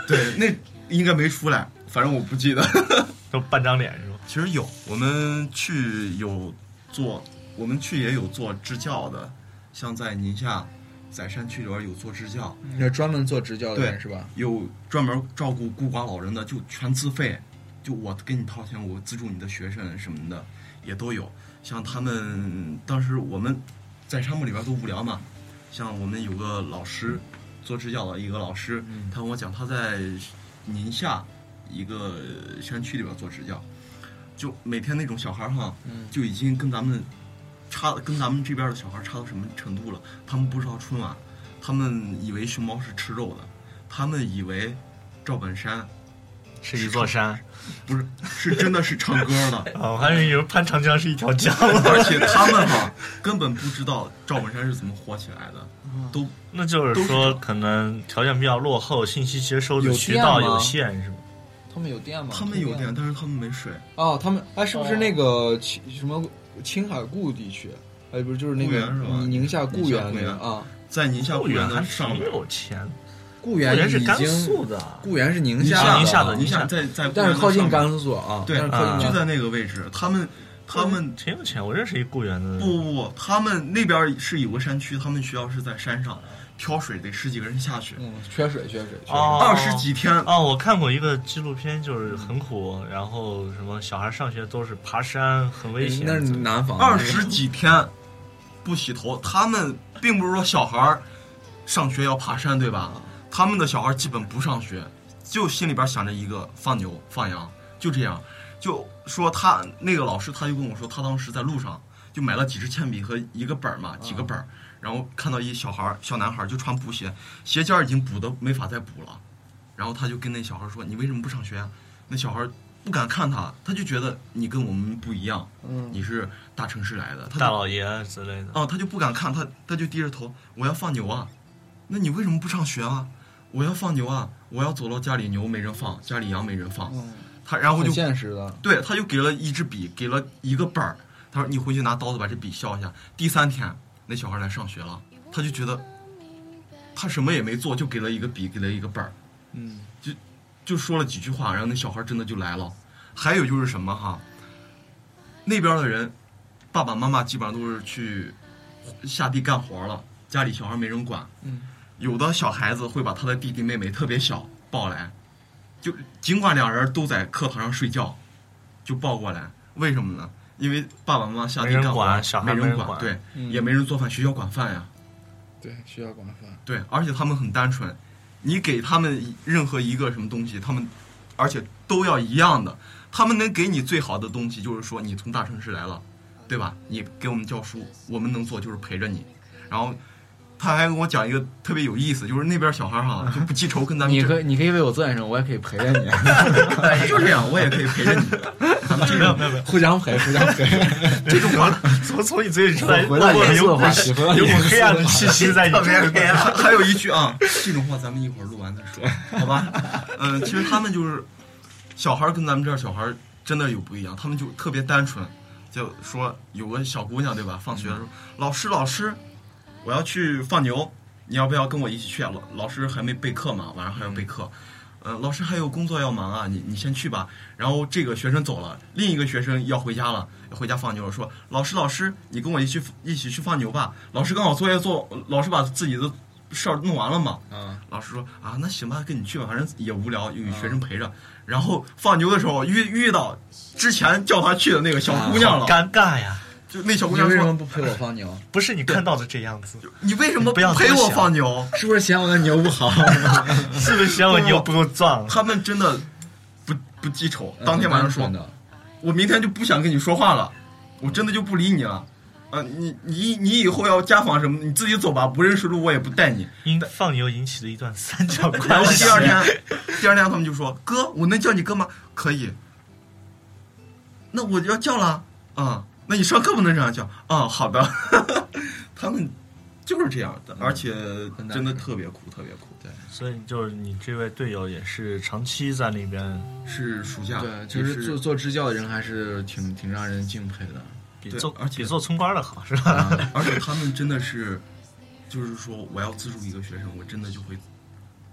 [SPEAKER 5] 对，那应该没出来，反正我不记得。
[SPEAKER 2] 都半张脸是吧？
[SPEAKER 5] 其实有，我们去有做，我们去也有做支教的，像在宁夏宰山区里边有做支教，
[SPEAKER 1] 那专门做支教的人
[SPEAKER 5] 对
[SPEAKER 1] 是吧？
[SPEAKER 5] 有专门照顾孤寡老人的，就全自费，就我给你掏钱，我资助你的学生什么的也都有。像他们当时我们在沙漠里边都无聊嘛，像我们有个老师做支教的一个老师，
[SPEAKER 1] 嗯
[SPEAKER 5] 他跟我讲他在宁夏一个山区里边做支教，就每天那种小孩儿哈，
[SPEAKER 1] 嗯
[SPEAKER 5] 就已经跟咱们差跟咱们这边的小孩差到什么程度了？他们不知道春晚，他们以为熊猫是吃肉的，他们以为赵本山
[SPEAKER 2] 是一座山，
[SPEAKER 5] 不是是真的是唱歌的
[SPEAKER 2] 啊！我还以为潘长江是一条江。
[SPEAKER 5] 而且他们哈根本不知道赵本山是怎么火起来的，都
[SPEAKER 2] 那就是说，可能条件比较落后，信息接收的渠道有限，是吧？
[SPEAKER 1] 他们有电吗？
[SPEAKER 5] 他们有电，但是他们没水，
[SPEAKER 1] 哦，他们哎，是不是
[SPEAKER 4] 哦
[SPEAKER 1] 那个青什么青海固地区？哎，不是，就是那
[SPEAKER 5] 固
[SPEAKER 1] 个
[SPEAKER 5] 原是吧
[SPEAKER 1] 宁夏固原
[SPEAKER 5] 宁夏固
[SPEAKER 1] 那
[SPEAKER 5] 原
[SPEAKER 1] 个啊，
[SPEAKER 5] 在宁夏
[SPEAKER 2] 固
[SPEAKER 5] 固
[SPEAKER 2] 原
[SPEAKER 5] 原
[SPEAKER 2] 还
[SPEAKER 5] 的上
[SPEAKER 2] 挺
[SPEAKER 1] 哦
[SPEAKER 5] 面。
[SPEAKER 2] 有钱，
[SPEAKER 1] 固
[SPEAKER 2] 固
[SPEAKER 1] 原
[SPEAKER 2] 原是
[SPEAKER 1] 已
[SPEAKER 2] 甘
[SPEAKER 1] 经
[SPEAKER 2] 肃的，
[SPEAKER 1] 固原是宁
[SPEAKER 2] 啊
[SPEAKER 1] 夏
[SPEAKER 2] 宁夏
[SPEAKER 1] 的
[SPEAKER 2] 的
[SPEAKER 5] 宁夏在在，
[SPEAKER 1] 但是靠近
[SPEAKER 5] 甘，
[SPEAKER 1] 甘肃啊，
[SPEAKER 5] 对，
[SPEAKER 1] 但是靠近
[SPEAKER 2] 啊
[SPEAKER 5] 就
[SPEAKER 1] 甘肃
[SPEAKER 5] 在那个位置，他们他们
[SPEAKER 2] 嗯挺有钱。我认识一固原的，
[SPEAKER 5] 不不不，他们那边是有个山区，他们学校是在山上，挑水得十几个人下去，
[SPEAKER 1] 嗯，缺水，缺水，缺水。
[SPEAKER 2] 哦
[SPEAKER 5] 二十几天。
[SPEAKER 2] 哦，我看过一个纪录片，就是很苦，然后什么小孩上学都是爬山，很危险。
[SPEAKER 1] 那是南方
[SPEAKER 5] 二十几天不洗头，他们并不是说小孩儿上学要爬山，对
[SPEAKER 1] 啊
[SPEAKER 5] 吧？他们的小孩基本不上学，就心里边想着一个放牛放羊，就这样。就说他那个老师，他就跟我说，他当时在路上就买了几支铅笔和一个本儿
[SPEAKER 1] 嗯
[SPEAKER 5] 嘛，几个本儿，然后看到一小孩儿小男孩儿就穿补鞋，鞋尖儿已经补的没法再补了，然后他就跟那小孩儿说：“你为什么不上学啊？”那小孩儿不敢看他，他就觉得你跟我们不一样，
[SPEAKER 1] 嗯，
[SPEAKER 5] 你是大城市来的，他
[SPEAKER 2] 大
[SPEAKER 5] 就
[SPEAKER 2] 老爷之类的。
[SPEAKER 5] 啊，他就不敢看，他他就低着头，我要放牛啊，那你为什么不上学啊？我要放牛啊，我要走到家里牛没人放，家里羊没人放，
[SPEAKER 1] 嗯，
[SPEAKER 5] 他然后
[SPEAKER 1] 很
[SPEAKER 5] 就
[SPEAKER 1] 现实的，
[SPEAKER 5] 对，他就给了一支笔，给了一个本儿，他说你回去拿刀子把这笔削一下。第三天，那小孩来上学了，他就觉得他什么也没做，就给了一个笔，给了一个本儿，
[SPEAKER 1] 嗯，
[SPEAKER 5] 就说了几句话，然后那小孩真的就来了。还有就是什么哈，那边的人爸爸妈妈基本上都是去下地干活了，家里小孩没人管。
[SPEAKER 1] 嗯，
[SPEAKER 5] 有的小孩子会把他的弟弟妹妹特别小抱来，就尽管两人都在课堂上睡觉，就抱过来。为什么呢？因为爸爸妈妈下地
[SPEAKER 2] 没人
[SPEAKER 5] 干活，
[SPEAKER 2] 管小孩
[SPEAKER 5] 没
[SPEAKER 2] 没
[SPEAKER 5] 人
[SPEAKER 2] 人
[SPEAKER 5] 管，
[SPEAKER 2] 管
[SPEAKER 5] 对，
[SPEAKER 1] 嗯
[SPEAKER 5] 也没人做饭，学校管饭呀。
[SPEAKER 1] 对，需要广泛。
[SPEAKER 5] 对，而且他们很单纯，你给他们任何一个什么东西，他们而且都要一样的。他们能给你最好的东西，就是说你从大城市来了，对吧？你给我们教书，我们能做就是陪着你。然后他还跟我讲一个特别有意思，就是那边小孩儿哈就不记仇，跟咱们
[SPEAKER 1] 你
[SPEAKER 5] 这
[SPEAKER 1] 可以你可以为我做点什么，我也可以陪着你，啊
[SPEAKER 5] 就这样，我也可以陪着 你。咱们这
[SPEAKER 2] 哎没有
[SPEAKER 5] 种
[SPEAKER 2] 没有没有，
[SPEAKER 1] 互相陪，互相陪。
[SPEAKER 5] 这种完了，
[SPEAKER 2] 从从你嘴里出来，
[SPEAKER 1] 回到
[SPEAKER 2] 我
[SPEAKER 1] 严肃的
[SPEAKER 2] 有
[SPEAKER 1] 话题，回到
[SPEAKER 2] 有股
[SPEAKER 1] 严肃
[SPEAKER 2] 黑
[SPEAKER 1] 的
[SPEAKER 2] 暗的
[SPEAKER 1] 话题
[SPEAKER 2] 气息在你
[SPEAKER 4] 特别黑暗。
[SPEAKER 5] 还 还有一句啊，这种话咱们一会儿录完再 说，好吧？嗯，其实他们就是小孩儿跟咱们这儿小孩儿真的有不一样，他们就特别单纯，就说有个小姑娘对吧？放学
[SPEAKER 4] 嗯
[SPEAKER 5] 的时候，老师老师，我要去放牛，你要不要跟我一起去啊？老老师还没备课嘛，晚上还要备
[SPEAKER 4] 嗯
[SPEAKER 5] 课。呃，老师还有工作要忙啊，你你先去吧。然后这个学生走了，另一个学生要回家了，回家放牛了，说老师老师，你跟我一起去一起去放牛吧。老师刚好作业做，老师把自己的事儿弄完了嘛。
[SPEAKER 1] 啊，
[SPEAKER 5] 老师说啊，那行吧，跟你去吧，反正也无聊，有
[SPEAKER 1] 嗯
[SPEAKER 5] 学生陪着。然后放牛的时候遇遇到之前叫他去的那个小姑娘了，
[SPEAKER 2] 尴尬呀！
[SPEAKER 5] 就那小姑
[SPEAKER 1] 啊你
[SPEAKER 5] 娘
[SPEAKER 1] 为什么
[SPEAKER 5] 说
[SPEAKER 1] 不陪我放牛？
[SPEAKER 2] 不是你看到的这样子，：“
[SPEAKER 5] 你为什么
[SPEAKER 2] 不要
[SPEAKER 5] 陪
[SPEAKER 2] 这么
[SPEAKER 5] 我
[SPEAKER 2] 想
[SPEAKER 5] 放牛
[SPEAKER 1] 是不是嫌我的牛不好？
[SPEAKER 2] 是不是嫌我 牛不够壮？”？
[SPEAKER 5] 他们真的不不记仇，当天晚上说
[SPEAKER 1] 嗯的，
[SPEAKER 5] 我明天就不想跟你说话了，我真的就不理你了。啊，你你你以后要家访什么，你自己走吧，不认识路我也不带你。
[SPEAKER 2] 因放牛引起了一段三角
[SPEAKER 5] 然
[SPEAKER 2] 关
[SPEAKER 5] 后
[SPEAKER 2] 系。
[SPEAKER 5] 第二天，第二天他们就说：“哥，我能叫你哥吗？”可以。那我要叫了啊、那你上课不能这样叫啊、好的， 他们就是这样的，而且
[SPEAKER 1] 嗯很难
[SPEAKER 5] 真的特别苦，特别苦。对，
[SPEAKER 2] 所以就是你这位队友也是长期在那边
[SPEAKER 5] 是暑假，
[SPEAKER 1] 对，就
[SPEAKER 5] 也
[SPEAKER 1] 是做做支教的人还是挺挺让人敬佩的。
[SPEAKER 2] 比
[SPEAKER 5] 对
[SPEAKER 2] 做
[SPEAKER 5] 而
[SPEAKER 2] 比
[SPEAKER 5] 且
[SPEAKER 2] 做村官的好是吧？
[SPEAKER 1] 啊
[SPEAKER 5] 而且他们真的是，就是说我要资助一个学生，我真的就会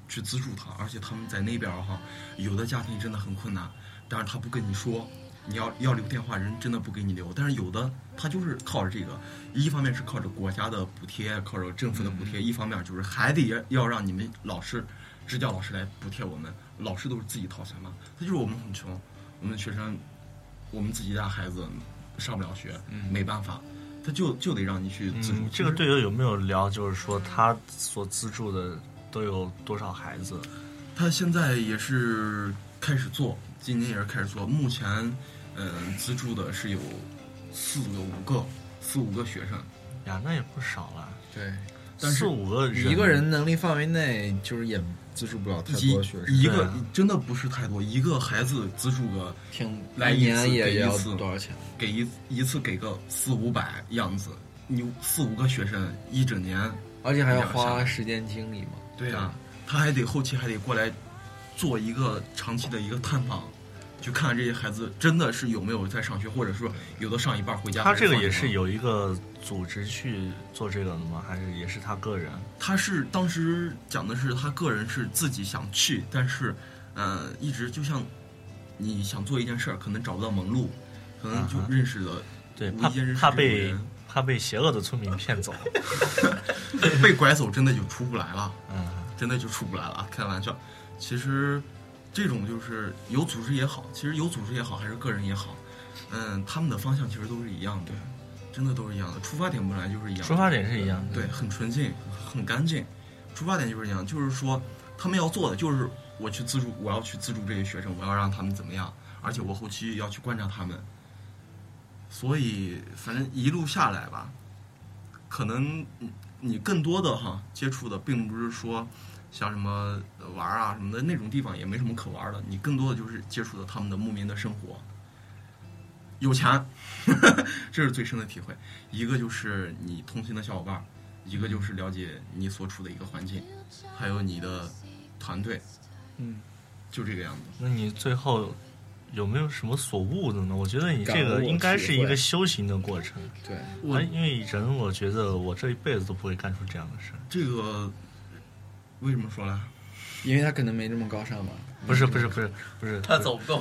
[SPEAKER 5] 去资助他。而且他们在那边儿哈，有的家庭真的很困难，但是他不跟你说，你要要留电话，人真的不给你留。但是有的他就是靠着这个，一方面是靠着国家的补贴，靠着政府的补贴；一方面就是还得要让你们老师、支教老师来补贴我们，老师都是自己掏钱嘛。他就是我们很穷，我们学生，我们自己家孩子上不了学，
[SPEAKER 1] 嗯
[SPEAKER 5] 没办法。他就就得让你去资助、
[SPEAKER 2] 嗯，
[SPEAKER 5] 其
[SPEAKER 2] 这个
[SPEAKER 5] 实
[SPEAKER 2] 队友有没有聊？就是说他所资助的都有多少孩子？
[SPEAKER 5] 他现在也是开始做，今年也是开始做。目前，呃，资助的是有四个、五个、四五个学生。
[SPEAKER 2] 呀，那也不少了，
[SPEAKER 1] 对，
[SPEAKER 5] 但是
[SPEAKER 2] 四五个人，
[SPEAKER 1] 一个人能力范围内，就是也资助不了太
[SPEAKER 5] 一
[SPEAKER 1] 多学生。
[SPEAKER 5] 一个、
[SPEAKER 2] 对啊
[SPEAKER 5] 真的不是太多，一个孩子资助个
[SPEAKER 1] 挺
[SPEAKER 5] 来
[SPEAKER 1] 一
[SPEAKER 5] 一次
[SPEAKER 1] 年也
[SPEAKER 5] 给一
[SPEAKER 1] 也要
[SPEAKER 5] 次
[SPEAKER 1] 多少钱？
[SPEAKER 5] 给一一次给个四五百样子，你四五个学生一整年，
[SPEAKER 1] 而且还要
[SPEAKER 5] 两下
[SPEAKER 1] 花时间精力嘛。
[SPEAKER 5] 对啊，他还得后期还得过来做一个长期的一个探访，就看这些孩子真的是有没有在上学，或者说有的上一半回家。
[SPEAKER 2] 他这个也
[SPEAKER 5] 有。
[SPEAKER 2] 是有一个组织去做这个的吗？还是也是他个人？
[SPEAKER 5] 他是当时讲的是他个人是自己想去，但是，呃，一直就像你想做一件事儿，可能找不到门路，可能就
[SPEAKER 2] 啊哈
[SPEAKER 5] 认识了、
[SPEAKER 2] 对，
[SPEAKER 5] 无
[SPEAKER 2] 怕
[SPEAKER 5] 意间认识
[SPEAKER 2] 怕
[SPEAKER 5] 这个
[SPEAKER 2] 被
[SPEAKER 5] 人
[SPEAKER 2] 怕被邪恶的村民骗 走。
[SPEAKER 5] 被拐走，真的就出不来了，
[SPEAKER 2] 嗯，
[SPEAKER 5] 真的就出不来了。开玩笑，其实这种就是有组织也好，其实有组织也好，还是个人也好，嗯，他们的方向其实都是一样的，真的都是一样的，出发点本来就是一样的，
[SPEAKER 2] 出发点是一样的。
[SPEAKER 5] 对，很纯净，很干净。出发点就是这样，就是说他们要做的就是我去资助，我要去资助这些学生，我要让他们怎么样，而且我后期要去观察他们。所以，反正一路下来吧，可能你你更多的哈接触的，并不是说像什么呃玩儿啊什么的那种地方也没什么可玩儿的，你更多的就是接触的他们的牧民的生活。有钱， 这是最深的体会。一个就是你同行的小伙伴儿，一个就是了解你所处的一个环境，还有你的团队，
[SPEAKER 1] 嗯，
[SPEAKER 5] 就这个样子。
[SPEAKER 2] 那你最后有没有什么所悟的呢？我觉得你这
[SPEAKER 1] 感
[SPEAKER 2] 个
[SPEAKER 1] 悟
[SPEAKER 2] 应该是一
[SPEAKER 1] 体
[SPEAKER 2] 个
[SPEAKER 1] 会
[SPEAKER 2] 修行的过程。
[SPEAKER 1] 对，
[SPEAKER 5] 我嗯
[SPEAKER 2] 哎因为人，我觉得我这一辈子都不会干出这样的事儿。
[SPEAKER 5] 这个为什么说呢？
[SPEAKER 1] 因为他可能没这么高尚吧。
[SPEAKER 2] 不是不
[SPEAKER 5] 嗯
[SPEAKER 2] 是不是不是，
[SPEAKER 4] 他走不 动。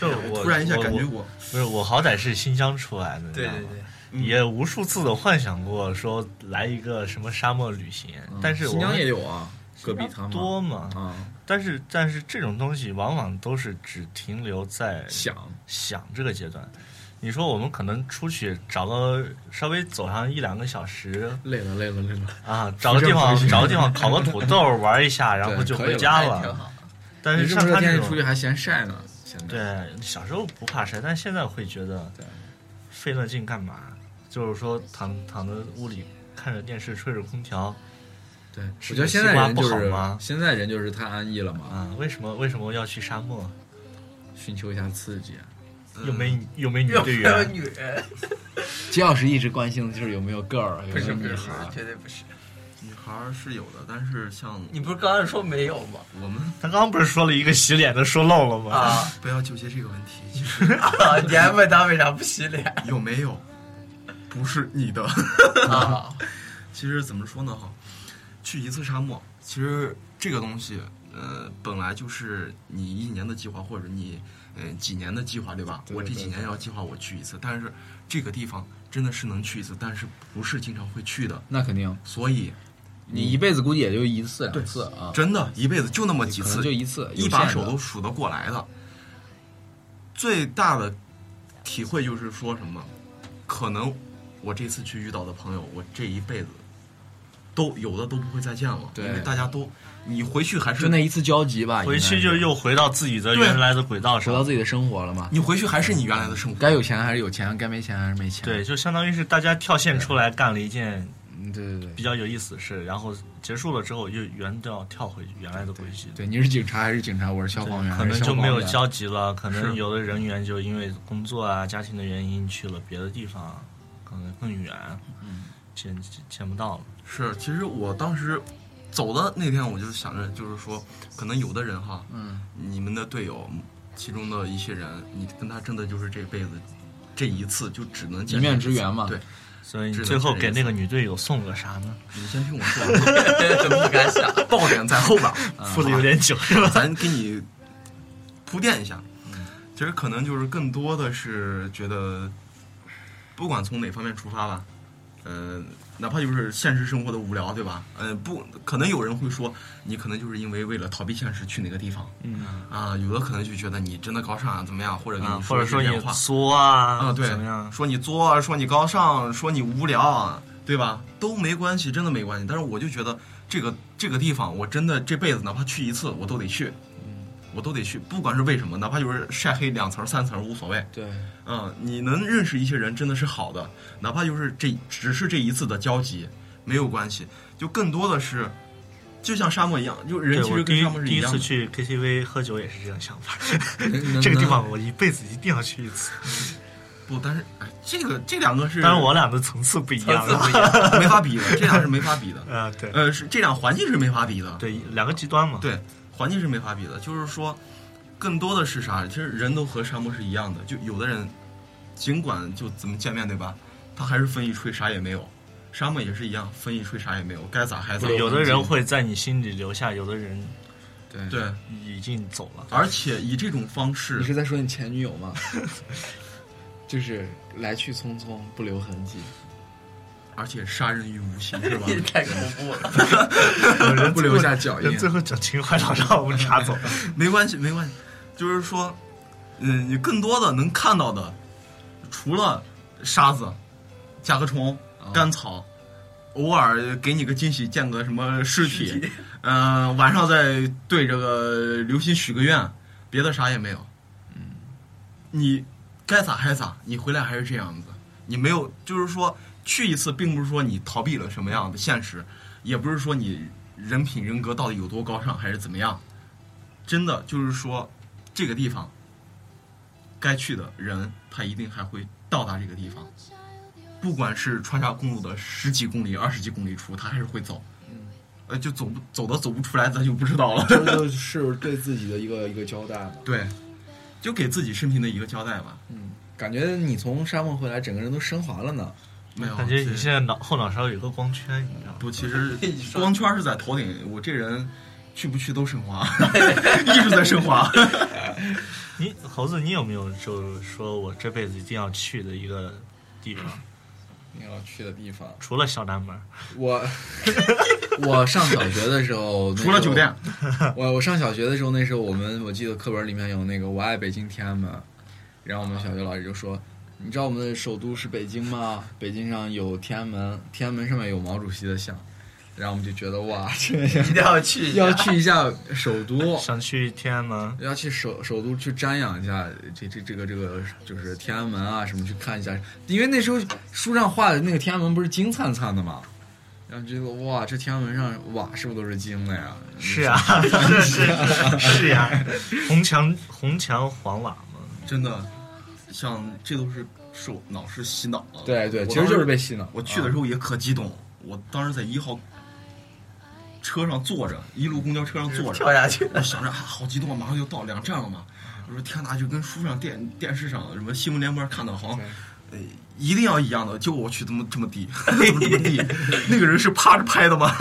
[SPEAKER 2] 就是我
[SPEAKER 5] 突然一下感觉
[SPEAKER 2] 我
[SPEAKER 5] 我
[SPEAKER 2] 不是我好歹是新疆出来的，你知
[SPEAKER 4] 对
[SPEAKER 2] 道吗
[SPEAKER 4] 对对，
[SPEAKER 2] 也无数次的幻想过说来一个什么沙漠旅行，但是我
[SPEAKER 1] 新疆
[SPEAKER 2] 们
[SPEAKER 1] 也有啊，戈壁滩嘛
[SPEAKER 2] 多嘛，
[SPEAKER 1] 啊，
[SPEAKER 2] 但是但是这种东西往往都是只停留在
[SPEAKER 1] 想
[SPEAKER 2] 想这个阶段。你说我们可能出去找个稍微走上一两个小时
[SPEAKER 1] 累了累了累了，
[SPEAKER 2] 啊，找个地方
[SPEAKER 1] 浮上浮下
[SPEAKER 2] 找个地方烤个土豆玩一下，然后就
[SPEAKER 1] 可以
[SPEAKER 2] 回
[SPEAKER 5] 哎
[SPEAKER 2] 家
[SPEAKER 4] 那也挺
[SPEAKER 2] 了。
[SPEAKER 4] 好。
[SPEAKER 2] 但是
[SPEAKER 1] 你这
[SPEAKER 2] 像
[SPEAKER 1] 么热
[SPEAKER 2] 他
[SPEAKER 1] 天
[SPEAKER 2] 这
[SPEAKER 1] 气出去
[SPEAKER 2] 种，
[SPEAKER 1] 还嫌晒呢，现在
[SPEAKER 2] 对小时候不怕晒，但现在会觉得
[SPEAKER 1] 对
[SPEAKER 2] 费那劲干嘛？就是说躺躺在屋里看着电视，吹着空
[SPEAKER 4] 啊
[SPEAKER 2] 调
[SPEAKER 1] 对，
[SPEAKER 2] 吃
[SPEAKER 1] 我觉得
[SPEAKER 2] 西
[SPEAKER 1] 现在
[SPEAKER 2] 瓜
[SPEAKER 1] 人
[SPEAKER 2] 不
[SPEAKER 1] 就
[SPEAKER 2] 好
[SPEAKER 1] 是
[SPEAKER 2] 吗
[SPEAKER 1] 现在人就是太安逸了嘛，
[SPEAKER 2] 啊，为什么为什么要去沙漠？
[SPEAKER 1] 寻求一下刺激。啊
[SPEAKER 2] 又没又没女
[SPEAKER 4] 嗯又
[SPEAKER 2] 队
[SPEAKER 4] 没有
[SPEAKER 2] 员，
[SPEAKER 4] 女人，
[SPEAKER 1] 金老师一直关心的就是有没有 girl，有
[SPEAKER 4] 不
[SPEAKER 1] 没有
[SPEAKER 4] 是不
[SPEAKER 1] 女
[SPEAKER 4] 是
[SPEAKER 1] 孩儿，
[SPEAKER 4] 绝对不是。
[SPEAKER 5] 女孩儿是有的，但是像
[SPEAKER 4] 你不是刚才说没有吗？
[SPEAKER 5] 我们
[SPEAKER 2] 他刚刚不是说了一个洗脸的说漏了吗？
[SPEAKER 4] 啊
[SPEAKER 5] 不要纠结这个问题，其实
[SPEAKER 4] 啊！你还问他为啥不洗脸
[SPEAKER 5] 有没有不是你的。
[SPEAKER 4] 啊？
[SPEAKER 5] 其实怎么说呢哈，去一次沙漠，其实这个东西，呃，本来就是你一年的计划，或者你呃几年的计划，对吧？
[SPEAKER 1] 对对
[SPEAKER 5] 我这几年要计划我去一次，但是这个地方真的是能去一次，但是不是经常会去的，
[SPEAKER 1] 那肯定，
[SPEAKER 5] 所以
[SPEAKER 1] 你一辈子估计也就一次两次啊，
[SPEAKER 5] 真的一辈子就那么几
[SPEAKER 1] 可能
[SPEAKER 5] 次，
[SPEAKER 1] 就一次，
[SPEAKER 5] 一
[SPEAKER 1] 有
[SPEAKER 5] 把
[SPEAKER 1] 限
[SPEAKER 5] 手
[SPEAKER 1] 的
[SPEAKER 5] 都数得过来的。最大的体会就是说什么，可能我这次去遇到的朋友，我这一辈子都有的都不会再见了，
[SPEAKER 1] 对
[SPEAKER 5] 因为大家都你回去还
[SPEAKER 1] 就是那一次交集吧，
[SPEAKER 2] 回去
[SPEAKER 1] 应该
[SPEAKER 2] 就是又回到自己的
[SPEAKER 5] 对
[SPEAKER 2] 原来的轨道
[SPEAKER 1] 回到
[SPEAKER 2] 上。
[SPEAKER 1] 自己的生活了嘛，
[SPEAKER 5] 你回去还是你原来的生活，
[SPEAKER 1] 该有钱还是有钱，该没钱还是没钱，
[SPEAKER 2] 对，就相当于是大家跳线出来干了一件
[SPEAKER 1] 嗯，对对
[SPEAKER 2] 比
[SPEAKER 1] 对。
[SPEAKER 2] 较有意思的事，然后结束了之后又原调跳回原来的轨迹，
[SPEAKER 1] 对，你是警察还是警察？我是消
[SPEAKER 2] 对
[SPEAKER 5] 嗯
[SPEAKER 1] 防员，
[SPEAKER 2] 可
[SPEAKER 1] 还
[SPEAKER 2] 能
[SPEAKER 1] 是消
[SPEAKER 2] 就没
[SPEAKER 1] 防
[SPEAKER 2] 有
[SPEAKER 1] 员
[SPEAKER 2] 交集了。可能
[SPEAKER 5] 是
[SPEAKER 2] 有的人员就因为工作啊、家庭的原因去了别的地方，可能更远，
[SPEAKER 5] 嗯
[SPEAKER 2] 见见见不到了。
[SPEAKER 5] 是，其实我当时走的那天，我就想着，就是说，可能有的人哈，
[SPEAKER 1] 嗯，
[SPEAKER 5] 你们的队友其中的一些人，你跟他真的就是这辈子这一次就只能见
[SPEAKER 1] 一面
[SPEAKER 5] 面
[SPEAKER 1] 之缘嘛
[SPEAKER 5] 对，
[SPEAKER 2] 所以你
[SPEAKER 5] 只能
[SPEAKER 2] 最后
[SPEAKER 5] 这个
[SPEAKER 2] 给
[SPEAKER 5] 意
[SPEAKER 2] 那个女队友送个啥呢？
[SPEAKER 5] 你先听我 说完，
[SPEAKER 4] 真不敢想。
[SPEAKER 5] 爆点在后 边。嗯
[SPEAKER 2] 付的有点 久是吧？嗯
[SPEAKER 5] 咱给你铺垫一下。其实可能就是更多的是觉得，不管从哪方面出发吧，呃，哪怕就是现实生活的无聊，对吧？呃，不，可能有人会说，你可能就是因为为了逃避现实去哪个地方，
[SPEAKER 1] 嗯
[SPEAKER 5] 啊，有的可能就觉得你真的高尚啊，怎么样，或者跟
[SPEAKER 2] 啊，
[SPEAKER 5] 你
[SPEAKER 2] 或者说
[SPEAKER 5] 一些
[SPEAKER 2] 你
[SPEAKER 5] 话
[SPEAKER 2] 作啊，
[SPEAKER 5] 啊，对
[SPEAKER 2] 怎么样，？
[SPEAKER 5] 说你作啊，说你高尚，说你无聊啊，对吧？都没关系，真的没关系。但是我就觉得这个这个地方，我真的这辈子哪怕去一次，我都得去，
[SPEAKER 2] 嗯
[SPEAKER 5] 我都得去，不管是为什么，哪怕就是晒黑两层三层无所谓。
[SPEAKER 1] 对，
[SPEAKER 5] 嗯，你能认识一些人真的是好的，哪怕就是这只是这一次的交集，没有关系。就更多的是，就像沙漠一样，就人
[SPEAKER 2] 对
[SPEAKER 5] 其
[SPEAKER 2] 我
[SPEAKER 5] 实
[SPEAKER 2] 第
[SPEAKER 5] 跟
[SPEAKER 2] 一
[SPEAKER 5] 沙漠是
[SPEAKER 2] 第
[SPEAKER 5] 一
[SPEAKER 2] 一
[SPEAKER 5] 样
[SPEAKER 2] 次
[SPEAKER 5] 的。嗯
[SPEAKER 2] 去 KTV 喝酒也是这种想法，
[SPEAKER 1] 能
[SPEAKER 2] 这个地
[SPEAKER 1] 能
[SPEAKER 2] 方我一辈子一定要去一次。
[SPEAKER 5] 不，但是哎，这个这两个是
[SPEAKER 2] 当然我俩的层次不一样
[SPEAKER 4] 层次
[SPEAKER 2] 了。
[SPEAKER 5] 没法比的，这俩是没法比的。
[SPEAKER 2] 啊，对
[SPEAKER 5] 呃，是这俩环境是没法比的。
[SPEAKER 2] 对，两个极端嘛。
[SPEAKER 5] 对，环境是没法比的。就是说，更多的是啥？其实人都和沙漠是一样的，就有的人尽管就怎么见面，对吧？他还是风一吹啥也没有。沙漠也是一样，风一吹啥也没有，该咋还咋。
[SPEAKER 2] 有的人会在你心里留下，有的人
[SPEAKER 1] 对。
[SPEAKER 5] 对，
[SPEAKER 2] 已经走了。
[SPEAKER 5] 而且以这种方
[SPEAKER 1] 你是
[SPEAKER 5] 式，
[SPEAKER 1] 在说你前女友吗？ 就是来去匆匆，不留痕迹。
[SPEAKER 5] 而且杀人于无形，是吧？
[SPEAKER 4] 你太恐怖了。
[SPEAKER 2] 人
[SPEAKER 1] 啊不
[SPEAKER 2] 最
[SPEAKER 1] 留
[SPEAKER 2] 后
[SPEAKER 1] 下脚印
[SPEAKER 2] 人最后讲情怀老让我们查 走了。
[SPEAKER 5] 没关系，没关系。就是说，嗯，你更多的能看到的，除了沙子、甲壳虫、干草，偶尔给你个惊喜，见个什么尸体，嗯、晚上再对这个流星许个愿，别的啥也没有。嗯，你该咋还咋，你回来还是这样子，你没有，就是说去一次，并不是说你逃避了什么样的现实，也不是说你人品人格到底有多高尚，还是怎么样。真的就是说，这个地方该去的人，他一定还会到达这个地方。不管是川沙公路的十几公里、二十几公里处，他还是会走。呃，就走不走的走不出来，咱就不知道 了。
[SPEAKER 1] 这就是对自己的一个一个交代吧。
[SPEAKER 5] 对，就给自己生平的一个交代吧。
[SPEAKER 1] 嗯感觉你从沙漠回来，整个人都升华了呢。
[SPEAKER 5] 没有
[SPEAKER 2] 感觉
[SPEAKER 5] 这
[SPEAKER 2] 你现在脑后脑勺有个光圈，你知道吗？
[SPEAKER 5] 不，其 实
[SPEAKER 4] 你说
[SPEAKER 5] 光圈是在头顶。我这人去不去都升 华，一直在升华。
[SPEAKER 2] 你猴子，你有没有就是说我这辈子一定要去的一个地方？
[SPEAKER 1] 你要去的地方，
[SPEAKER 2] 除了小南门，
[SPEAKER 1] 我我上小学的时 候，那
[SPEAKER 5] 除了
[SPEAKER 1] 时候
[SPEAKER 5] 酒店，
[SPEAKER 1] 我我上小学的时候，那时候我们我记得课本里面有那个“我爱北京天安门”，然后我们小学老师就说：“你知道我们的首都是北京吗？北京上有天安门，天安门上面有毛主席的像。”然后我们就觉得哇，这
[SPEAKER 4] 一定要去一下
[SPEAKER 1] 要去一下首 都，
[SPEAKER 2] 想去天安门，
[SPEAKER 1] 要去首首都去瞻仰一下这这这个这个就是天安门啊什么去看一下，因为那时候书上画的那个天安门不是金灿灿的嘛，然后觉得哇，这天安门上瓦是不是都是金的呀？
[SPEAKER 2] 是啊呀、 是是是呀、 红墙红墙黄瓦嘛，
[SPEAKER 5] 真的，像这都是受脑是洗脑了。
[SPEAKER 1] 对对，
[SPEAKER 5] 我
[SPEAKER 1] 其
[SPEAKER 5] 当
[SPEAKER 1] 实
[SPEAKER 5] 时
[SPEAKER 1] 就是被洗脑。
[SPEAKER 5] 我去的时候也可激动了，我当时在一号车上坐着，一路公交车上坐
[SPEAKER 4] 跳
[SPEAKER 5] 着，
[SPEAKER 4] 下去，
[SPEAKER 5] 我想着啊，好激动啊，马上就到两站了嘛。我说天哪，就跟书上、电电视上什么新闻联播上看到好像
[SPEAKER 1] 对。
[SPEAKER 5] 呃，一定要一样的，就我去这么这么低， 怎么这么低？那个人是趴着拍的吗？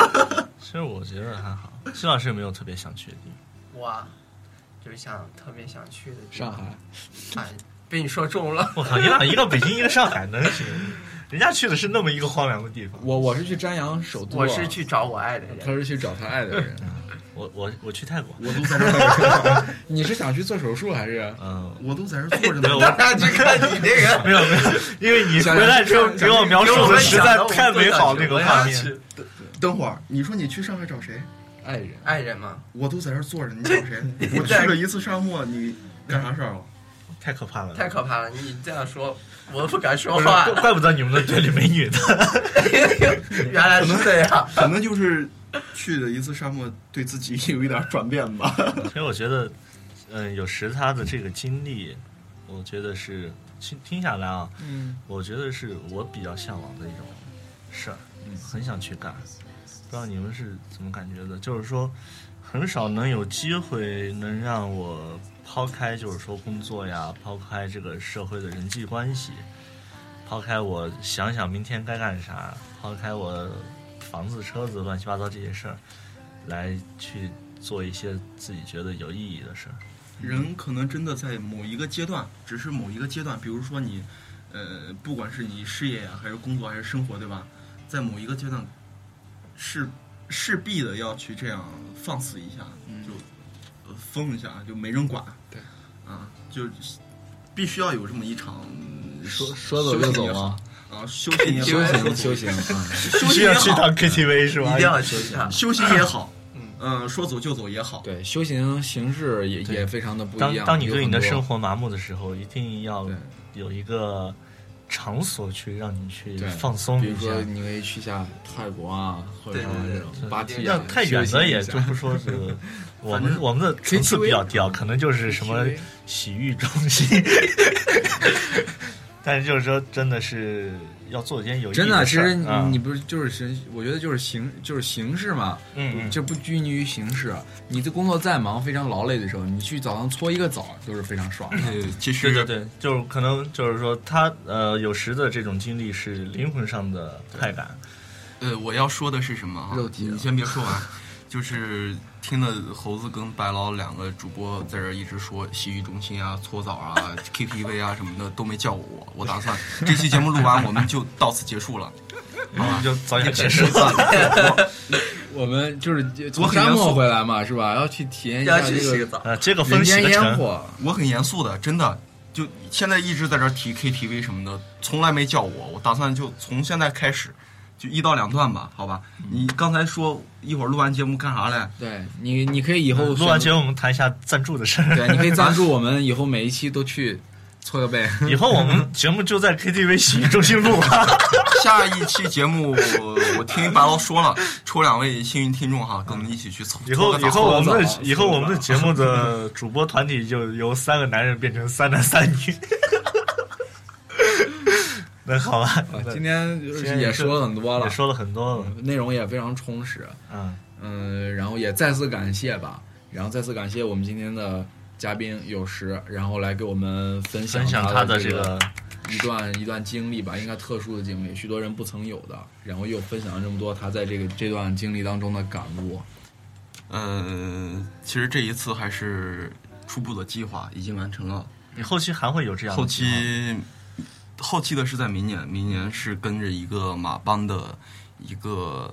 [SPEAKER 2] 其实我觉得还好。施老师有没有特别想去的地方？
[SPEAKER 4] 哇，就是想特别想去的地
[SPEAKER 1] 上
[SPEAKER 4] 方
[SPEAKER 1] 海，
[SPEAKER 4] 哎，被你说中了，
[SPEAKER 2] 我靠，你俩一个北京，一个上海，能行？人家去的是那么一个荒凉的地方。
[SPEAKER 1] 我我是去瞻仰首都啊，
[SPEAKER 4] 我是去找我爱的
[SPEAKER 1] 他
[SPEAKER 4] 人，
[SPEAKER 1] 是去找他爱的人。
[SPEAKER 2] 我我我去泰国，
[SPEAKER 5] 我 都在这儿，
[SPEAKER 1] 你是想去做手术还是？
[SPEAKER 2] 嗯、
[SPEAKER 5] 我都在这儿坐着
[SPEAKER 2] 没有
[SPEAKER 5] 呢。
[SPEAKER 2] 我
[SPEAKER 4] 大家去看你这个。
[SPEAKER 2] 没有没有，因为你回来之后给我描述的实在太美好那个画面。
[SPEAKER 4] 面。
[SPEAKER 5] 等会儿，你说你去上海找谁？
[SPEAKER 1] 爱人，
[SPEAKER 4] 爱人嘛，
[SPEAKER 5] 我都在这儿坐着，你找谁？我去了一次沙漠，你干啥事儿了？
[SPEAKER 2] 太可怕了，
[SPEAKER 4] 太可怕了！你这样说，我都不敢说
[SPEAKER 2] 不是
[SPEAKER 4] 话。
[SPEAKER 2] 怪怪不得你们的队里没女的。
[SPEAKER 4] 原来是这样，
[SPEAKER 5] 可能就是去了一次沙漠，对自己有一点转变吧。
[SPEAKER 2] 其实我觉得，嗯，有时他的这个经历，我觉得是听听下来啊，
[SPEAKER 1] 嗯，
[SPEAKER 2] 我觉得是我比较向往的一种事儿，
[SPEAKER 1] 嗯
[SPEAKER 2] 很想去干。不知道你们是怎么感觉的？就是说，很少能有机会能让我抛开，就是说工作呀，抛开这个社会的人际关系，抛开我想想明天该干啥，抛开我房子、车子乱七八糟这些事儿，来去做一些自己觉得有意义的事儿。
[SPEAKER 5] 人可能真的在某一个阶段，只是某一个阶段，比如说你，呃，不管是你事业呀、还是工作，还是生活，对吧？在某一个阶段，是势必的要去这样放肆一下，
[SPEAKER 1] 嗯
[SPEAKER 5] 就呃疯一下，就没人管。
[SPEAKER 1] 对，
[SPEAKER 5] 啊，就必须要有这么一场
[SPEAKER 1] 说说走就走吗？
[SPEAKER 5] 啊，休息也好，
[SPEAKER 1] 修行
[SPEAKER 5] 休
[SPEAKER 1] 修
[SPEAKER 5] 息
[SPEAKER 1] 行啊，
[SPEAKER 5] 休息也好，
[SPEAKER 2] KTV 是
[SPEAKER 4] 一定要去一下。
[SPEAKER 5] 休息也好，
[SPEAKER 4] 嗯
[SPEAKER 5] 嗯，说走就走也好。
[SPEAKER 1] 对，修行形式也
[SPEAKER 2] 对
[SPEAKER 1] 也非常的不
[SPEAKER 2] 当
[SPEAKER 1] 一样。
[SPEAKER 2] 当你对你的生
[SPEAKER 1] 活，
[SPEAKER 2] 活麻木的时候，一定要
[SPEAKER 1] 对
[SPEAKER 2] 有一个场所去让你去
[SPEAKER 1] 对
[SPEAKER 2] 放松
[SPEAKER 1] 比
[SPEAKER 2] 一
[SPEAKER 1] 如
[SPEAKER 2] 下。
[SPEAKER 1] 说你可以去下泰国啊，或者
[SPEAKER 4] 对对对
[SPEAKER 1] 这种芭提雅
[SPEAKER 2] 那，太远
[SPEAKER 1] 休
[SPEAKER 2] 的
[SPEAKER 1] 息一
[SPEAKER 2] 也
[SPEAKER 1] 下
[SPEAKER 2] 就 不说是我们我们的层次比较低啊，可能就是什么
[SPEAKER 1] KTV
[SPEAKER 2] 洗浴中心。 但是就是说，真的是要做一件有意义
[SPEAKER 1] 真的，其
[SPEAKER 2] 事儿
[SPEAKER 1] 实你
[SPEAKER 2] 啊
[SPEAKER 1] 你不是就是形，我觉得就是形就是形式嘛，
[SPEAKER 2] 嗯嗯
[SPEAKER 1] 就不拘泥于形式。你的工作再忙、非常劳累的时候，你去澡堂搓一个澡都是非常 爽的。
[SPEAKER 5] 其
[SPEAKER 2] 对对对，就是可能就是说他呃有时的这种经历是灵魂上的快感，
[SPEAKER 5] 呃，我要说的是什么啊？
[SPEAKER 1] 肉体啊
[SPEAKER 5] 你先别 说完，就是听了猴子跟白老两个主播在这儿一直说洗浴中心啊、搓澡 啊、KTV 啊什么的都没叫过我，我打算这期节目录完我们就到此结束了。
[SPEAKER 2] 你就早点结束。
[SPEAKER 1] 我们就是从
[SPEAKER 5] 我很
[SPEAKER 1] 沙
[SPEAKER 5] 严肃
[SPEAKER 1] 漠回来嘛，是吧？要去体验一下
[SPEAKER 4] 要去洗
[SPEAKER 1] 这个
[SPEAKER 4] 个澡，
[SPEAKER 2] 呃，这个
[SPEAKER 1] 人
[SPEAKER 2] 分析
[SPEAKER 1] 间
[SPEAKER 2] 的
[SPEAKER 1] 烟
[SPEAKER 2] 成，
[SPEAKER 1] 火。
[SPEAKER 5] 我很严肃的，真的，就现在一直在这儿提 KTV 什么的，从来没叫我，我打算就从现在开始。就一到两段吧，好吧。你刚才说一会儿录完节目干啥来？
[SPEAKER 1] 对你，你可以以后
[SPEAKER 2] 录嗯完节
[SPEAKER 1] 目，
[SPEAKER 2] 目我们谈一下赞助的事儿。
[SPEAKER 1] 对，你可以 赞助我们，以后每一期都去搓个背。
[SPEAKER 2] 以后我们节目就在 KTV 洗浴中心 录了。
[SPEAKER 5] 下一期节目，我听白老说了，抽两位幸运听众哈，跟我们一起去凑。
[SPEAKER 2] 嗯以后
[SPEAKER 5] 凑个
[SPEAKER 2] 以
[SPEAKER 5] 大
[SPEAKER 2] 后我们
[SPEAKER 5] 凑
[SPEAKER 2] 的
[SPEAKER 5] 个
[SPEAKER 2] 以后我们的节目的主播团体就由三个男人变成三男三女。那好吧，
[SPEAKER 1] 啊
[SPEAKER 2] 那
[SPEAKER 1] 今天
[SPEAKER 2] 今天
[SPEAKER 1] 也说了很多
[SPEAKER 2] 也
[SPEAKER 1] 了，嗯
[SPEAKER 2] 说了很多了，
[SPEAKER 1] 内容也非常充实。
[SPEAKER 2] 嗯，
[SPEAKER 1] 嗯，然后也再次感谢吧，然后再次感谢我们今天的嘉宾有时，然后来给我们分享
[SPEAKER 2] 分享他
[SPEAKER 1] 的
[SPEAKER 2] 的这
[SPEAKER 1] 个
[SPEAKER 2] 个
[SPEAKER 1] 一段一段经历吧，应该特殊的经历，许多人不曾有的。然后又分享了这么多他在这个这段经历当中的感悟。
[SPEAKER 5] 嗯，其实这一次还是初步的计划已经完成了，
[SPEAKER 2] 你后期还会有这样的
[SPEAKER 5] 后
[SPEAKER 2] 计划
[SPEAKER 5] 期后期的是在明年，明年是跟着一个马帮的一个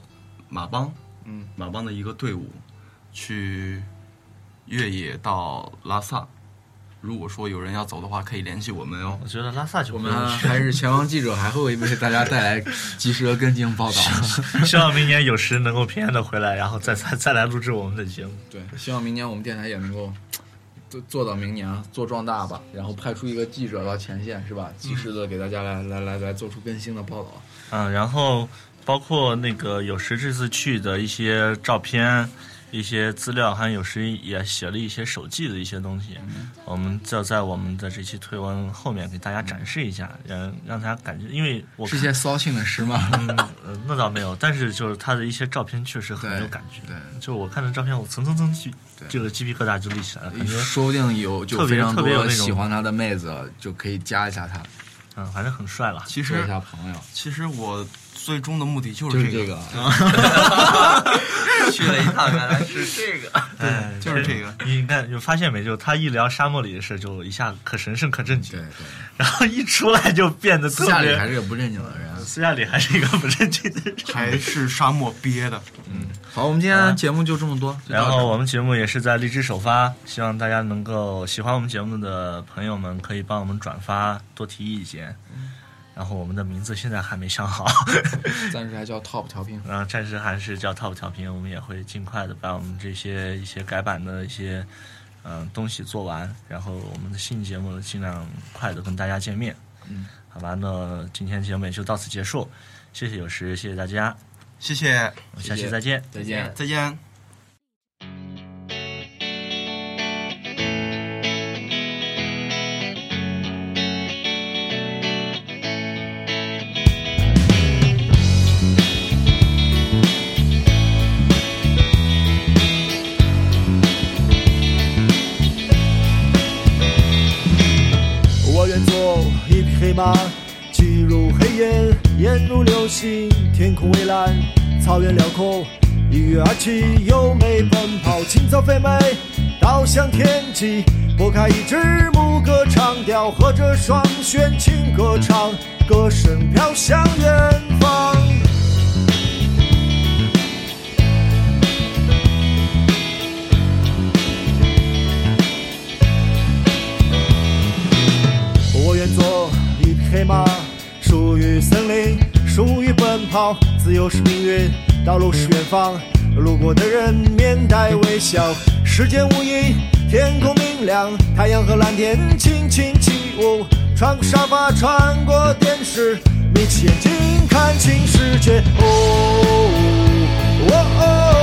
[SPEAKER 5] 马帮，
[SPEAKER 1] 嗯，
[SPEAKER 5] 马帮的一个队伍去越野到拉萨。如果说有人要走的话，可以联系我们哦
[SPEAKER 2] 我。觉得拉萨就
[SPEAKER 1] 我
[SPEAKER 2] 不
[SPEAKER 1] 们
[SPEAKER 2] 用去，
[SPEAKER 1] 还是前方记者，还会为大家带来及时的跟进报道。
[SPEAKER 2] 希望明年有时能够平安的回来，然后再 再再来录制我们的节目。
[SPEAKER 1] 对，希望明年我们电台也能够做做到明年啊，做壮大吧。然后派出一个记者到前线，是吧？及时的给大家来、来来来做出更新的报道。
[SPEAKER 2] 嗯，然后包括那个有时这次去的一些照片、一些资料，还有时也写了一些手记的一些东西，我们就在我们的这期推文后面给大家展示一下，让让大家感觉，因为我
[SPEAKER 1] 是
[SPEAKER 2] 看
[SPEAKER 1] 些骚性的诗吗？
[SPEAKER 2] 嗯、呃那倒没有，但是就是他的一些照片确实很有感觉，
[SPEAKER 1] 对对
[SPEAKER 2] 就是我看着照片，我层层层起
[SPEAKER 1] 对，
[SPEAKER 2] 这个鸡皮疙瘩就立起来了，感觉
[SPEAKER 1] 说不定有就
[SPEAKER 2] 特别
[SPEAKER 1] 非常
[SPEAKER 2] 特别有
[SPEAKER 1] 多
[SPEAKER 2] 那种
[SPEAKER 1] 喜欢他的妹子，就可以加一下他，
[SPEAKER 2] 嗯，反正很帅了。
[SPEAKER 5] 其
[SPEAKER 1] 做一
[SPEAKER 5] 实，
[SPEAKER 1] 下朋友。
[SPEAKER 5] 其实我最终的目的就
[SPEAKER 1] 就是是
[SPEAKER 5] 这
[SPEAKER 1] 这
[SPEAKER 5] 个，
[SPEAKER 1] 个，啊
[SPEAKER 4] 去了一趟，原来是这个。
[SPEAKER 2] 哎
[SPEAKER 5] 就是这个。
[SPEAKER 2] 你看，有发现没？就他一聊沙漠里的事，就一下可神圣、可正经
[SPEAKER 1] 对，对，
[SPEAKER 2] 然后一出来就变得特
[SPEAKER 1] 私下里
[SPEAKER 2] 别
[SPEAKER 1] 还是个不正经的人。啊
[SPEAKER 2] 私下里还是一个不正经的人。
[SPEAKER 5] 还是沙漠憋的。
[SPEAKER 1] 好，我们今天节目就这么多，就
[SPEAKER 2] 然
[SPEAKER 1] 到这儿
[SPEAKER 2] 后我们节目也是在荔枝首发，希望大家能够喜欢我们节目的朋友们可以帮我们转发，多提意见。
[SPEAKER 1] 嗯
[SPEAKER 2] 然后我们的名字现在还没想好，
[SPEAKER 1] 暂时还叫 Top 调频，
[SPEAKER 2] 然后暂时还是叫 Top 调频，我们也会尽快的把我们这些一些改版的一些嗯、呃东西做完，然后我们的新节目尽量快的跟大家见面。
[SPEAKER 1] 嗯，
[SPEAKER 2] 好吧，那今天节目也就到此结束，谢谢有时，谢谢大家，
[SPEAKER 5] 谢谢，
[SPEAKER 2] 我们下
[SPEAKER 1] 谢
[SPEAKER 2] 期
[SPEAKER 1] 谢
[SPEAKER 2] 再见。
[SPEAKER 1] 再见。
[SPEAKER 5] 再见。
[SPEAKER 6] 我愿做一匹黑马，骑入黑夜，眼如流星，天空蔚蓝，草原辽阔，一跃而起，优美奔跑，青草肥美，倒向天际，拨开一支牧歌长调，和着双弦轻歌唱，歌声飘向远方。我愿做一匹黑马，属于森林，属于奔跑，自由是命运，道路是远方。路过的人面带微笑，世间无垠，天空明亮，太阳和蓝天轻轻起舞，穿过沙发，穿过电视，眯起眼睛看清世界。哦，哦哦